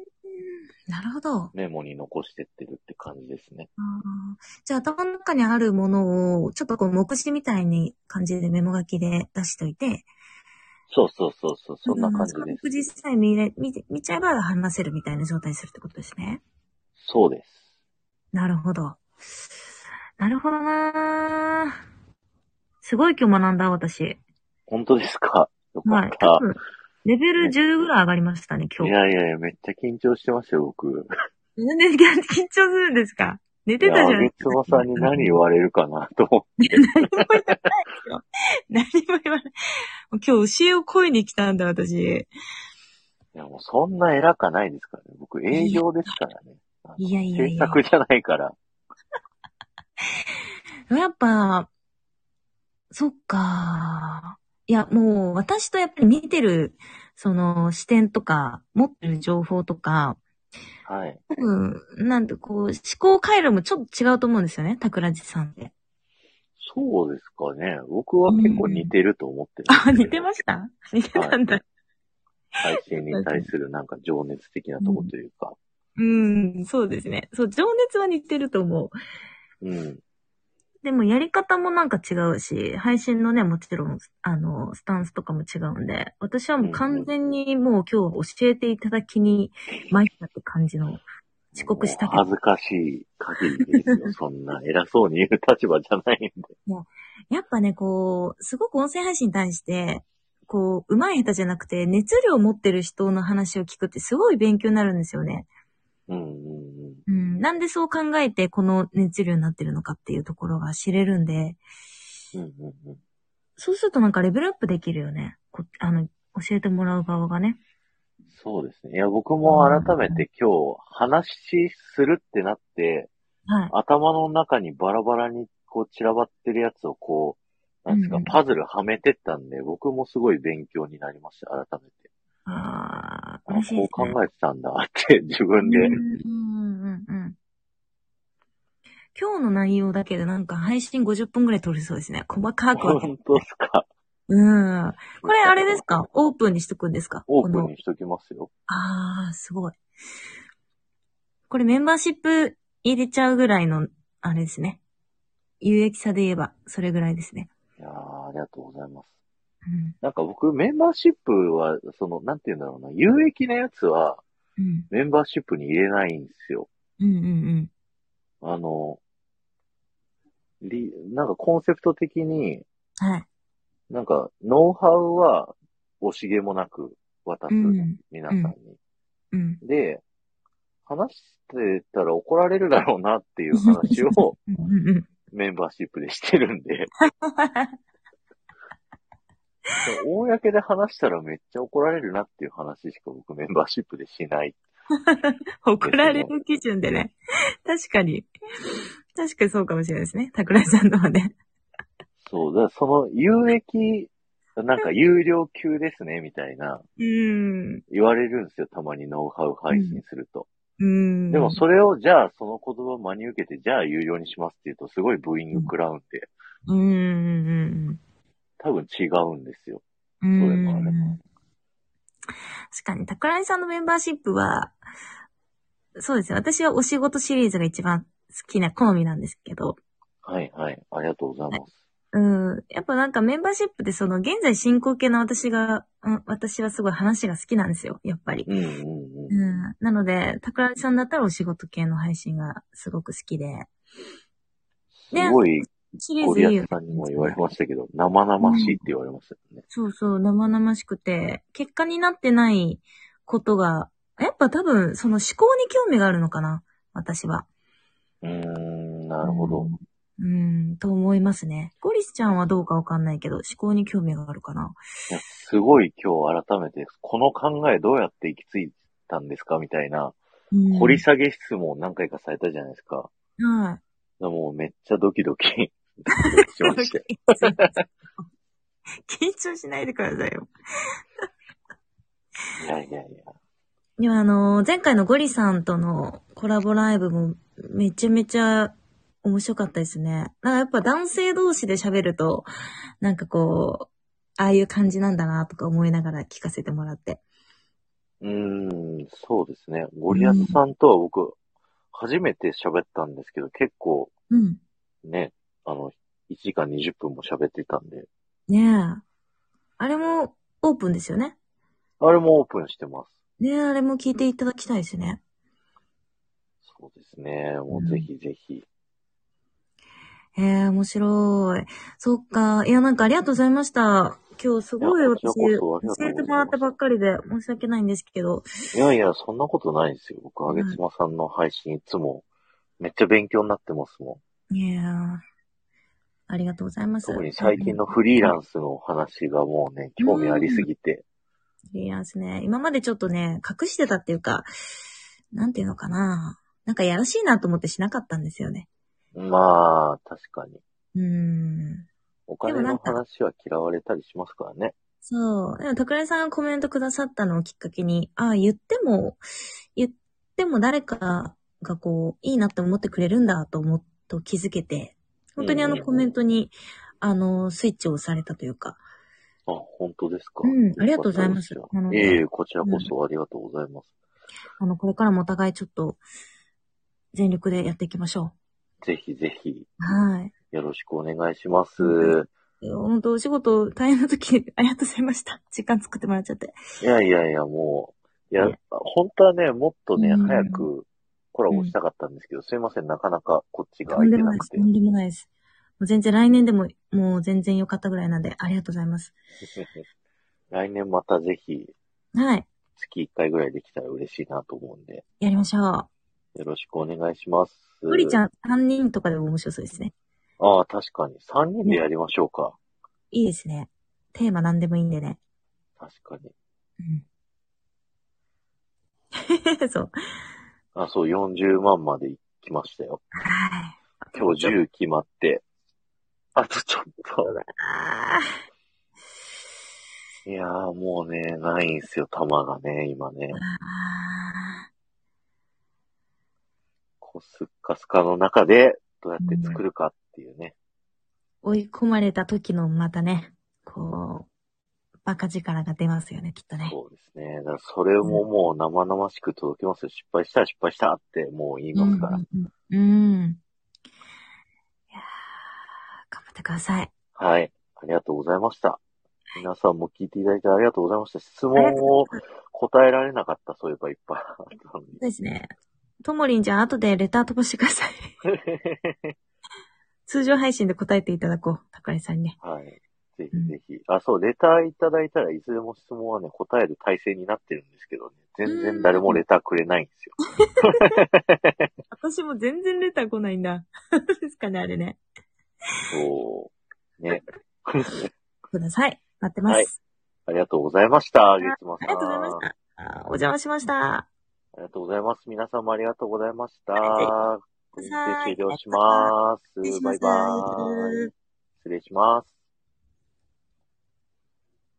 なるほど。メモに残してってるって感じですね。あーじゃあ頭の中にあるものを、ちょっとこう、目次みたいに感じでメモ書きで出しておいて、そうそうそうそう、そんな感じうでんす。その目次さえ見れ見て見ちゃえば話せるみたいな状態にするってことですね。そうです。なるほど。なるほどなーすごい今日学んだ、私。本当ですかよかはっい。た。多分、レベル10ぐらい上がりましたね、今い日。やいやいや、めっちゃ緊張してましたよ、僕。なんで緊張するんですか寝てたじゃいやない上妻さんに何言われるかなと思って。 何も言わない。もう今日教えを声に来たんだ、私。いや、もうそんな偉かないですからね。僕、営業ですからね。あのいやいやい制や。作じゃないから。やっぱ、そっか。いや、もう私とやっぱり見てる、その視点とか、持ってる情報とか、はい。多分、なんてこう、思考回路もちょっと違うと思うんですよね、桜地さんって。そうですかね。僕は結構似てると思ってるんですけあ、ど似てました似てたんだ。配信に対するなんか情熱的なとこというか。うん、そうですね。そう、情熱は似てると思う。うん。でもやり方もなんか違うし、配信のね、もちろん、あの、スタンスとかも違うんで、私はもう完全にもう今日は教えていただきに参ったって感じの、遅刻したけもう恥ど、ずかしい限りです よ。そんな偉そうに言う立場じゃないんで。やっぱね、こう、すごく音声配信に対して、こう、上手い下手じゃなくて、熱量を持ってる人の話を聞くってすごい勉強になるんですよね。うんうんうん。うん。なんでそう考えて、この熱量になってるのかっていうところが知れるんで、うんうんうん。そうするとなんかレベルアップできるよね。こあの、教えてもらう側がね。そうですね。いや、僕も改めて今日話しするってなって、はい。頭の中にバラバラにこう散らばってるやつをこう、なんですかうんう、んパズルはめてったんで、僕もすごい勉強になりました、改めて。ああ、あ嬉しいこでうす、ね。考えてたんだって、 自分で。うんうんうん。今日の内容だけでなんか配信50分ぐらい撮れそうですね。細かく分けて本当ですか。うん。これあれですかオープンにしとくんですかオープンこのにしときますよ。ああ、すごい。これメンバーシップ入れちゃうぐらいの、あれですね。有益さで言えば、それぐらいですね。いやーありがとうございます。うん。なんか僕、メンバーシップは、その、なんて言うんだろうな、有益なやつは、うん。メンバーシップに入れないんですよ。うんうんあの、り、なんかコンセプト的に、うん。はい。なんか、ノウハウは惜しげもなく渡す、うん皆さんに。うん。で、話してたら怒られるだろうなっていう話 をうんうんうん。メンバーシップでしてるんで、公で話したらめっちゃ怒られるなっていう話しか僕メンバーシップでしない。 怒られる基準でね。確かに。確かにそうかもしれないですね。桜井さんのはね。そう、だからその有益、なんか有料級ですね、みたいな、うーん。言われるんですよ。たまにノウハウ配信すると。うーん。でもそれを、じゃあその言葉を真に受けて、じゃあ有料にしますって言うと、すごいブーイング食らうんで、うーん。多分違うんですよ。うそんれもあれも。確かに、桜井さんのメンバーシップは、そうですね。私はお仕事シリーズが一番好きな好みなんですけど、はいはい。ありがとうございます。うん。やっぱなんかメンバーシップでその現在進行形の私が、うん、私はすごい話が好きなんですよ、やっぱり。うんうんううん。ん。なので、桜井さんだったらお仕事系の配信がすごく好きで。ねすごい、シリーゴズいいリよアス。さんにも言われましたけど、生々しいって言われましたよね。そうそう、生々しくて、結果になってないことが、やっぱ多分、その思考に興味があるのかな、私は。うーん、なるほど。うん。うん、と思いますね。ゴリスちゃんはどうかわかんないけど、思考に興味があるかな。いやすごい今日改めて、この考えどうやって行き着いたんですかみたいな、うん、掘り下げ質問を何回かされたじゃないですか。はでもうめっちゃドキド キしい。ましたよ。 緊張しないでくださいよ。いやいやいや。でもあのー、前回のゴリさんとのコラボライブもめちゃめちゃ面白かったですね。なんかやっぱ男性同士で喋ると、なんかこう、ああいう感じなんだなとか思いながら聞かせてもらって。うーん、そうですね。ゴリアスさんとは僕、初めて喋ったんですけど、結構うん。ね、あの、1時間20分も喋ってたんで、ねえ。あれもオープンですよね。あれもオープンしてます。ねえ、あれも聞いていただきたいですね。そうですね。もうぜひぜひ。へえ、面白い。そっか。いや、なんかありがとうございました。今日すごいいや私、こ教ちらこそありがとうございますえてもらったばっかりで申し訳ないんですけど。いやいや、そんなことないですよ。僕、あげつまさんの配信いつも、めっちゃ勉強になってますもん。いやーありがとうございます。特に最近のフリーランスの話がもうね、興味ありすぎて。フリーランスね。今までちょっとね、隠してたっていうか、なんていうのかな。なんかやらしいなと思ってしなかったんですよね。まあ、確かに。うーん。お金の話は嫌われたりしますからね。そう。でも、桜井さんがコメントくださったのをきっかけに、ああ、言っても、言っても誰かがこう、いいなって思ってくれるんだと思っと気づけて、本当にあうんのうんコメントに、あの、スイッチを押されたというか、あ、本当ですか。うんありがとうございますよかあったのですいえいえ、こちらこそありがとうございます。あの、これからもお互いちょっと、全力でやっていきましょぜひぜひ、う。はい。よろしくお願いします。本当お仕事大変な時、 ありがとうございました。時間作ってもらっちゃって。いやいやいや、もう、いやいや、本当はね、もっとね、うん早くコラボしたかったんですけど、すいません、なかなかこっちがとん空いでてもなないでくす。てと。んでもないです。もう全然来年でも、もう全然良かったぐらいなんで、ありがとうございます。 来年またぜひ、はい。月1回ぐらいできたら嬉しいなと思うんで、やりましょよろしくお願いします。う。ゴリちゃん。ん3人とかでも面白そうですね。ああ、確かに。3人でやりましょうか。いいですね。テーマ何でもいいんでね。確かに。うん。 そう。あ、そう、40万まで行きましたよ。はい。今日10決まって。あとちょっあーと。いやー、もうね、ないんすよ、玉がね、今ね。あこう、すっかすかの中で、どうやって作るかっていうね。ー。追い込まれた時のまたね、こう、バカ力が出ますよね、きっとね。そうですね。だからそれももう生々しく届きますよ。失敗したら失敗したってもう言いますから。うんうんうん。いやー頑張ってください。はい。ありがとうございました。皆さんも聞いていただいてありがとうございました。質問を答えられなかった、そういえばいっぱいあったのに。そうですね。ともりんじゃん、後でレター飛ばしてください。 通常配信で答えていただこう。高井さんにね。はい。ぜひぜひ。あ、そう、レターいただいたらいずれも質問はね、答える体制になってるんですけどね。全然誰もレターくれないんですよ。私も全然レター来ないん だ。ですかね、あれね。そう。ね。 ください。待ってます。はいありがとうございました。月間さあん。りがとうございました。あお邪魔しました。ありがとうございます。皆さんもありがとうございました。いこれで終了します失礼。しバまイすバイ。失礼します。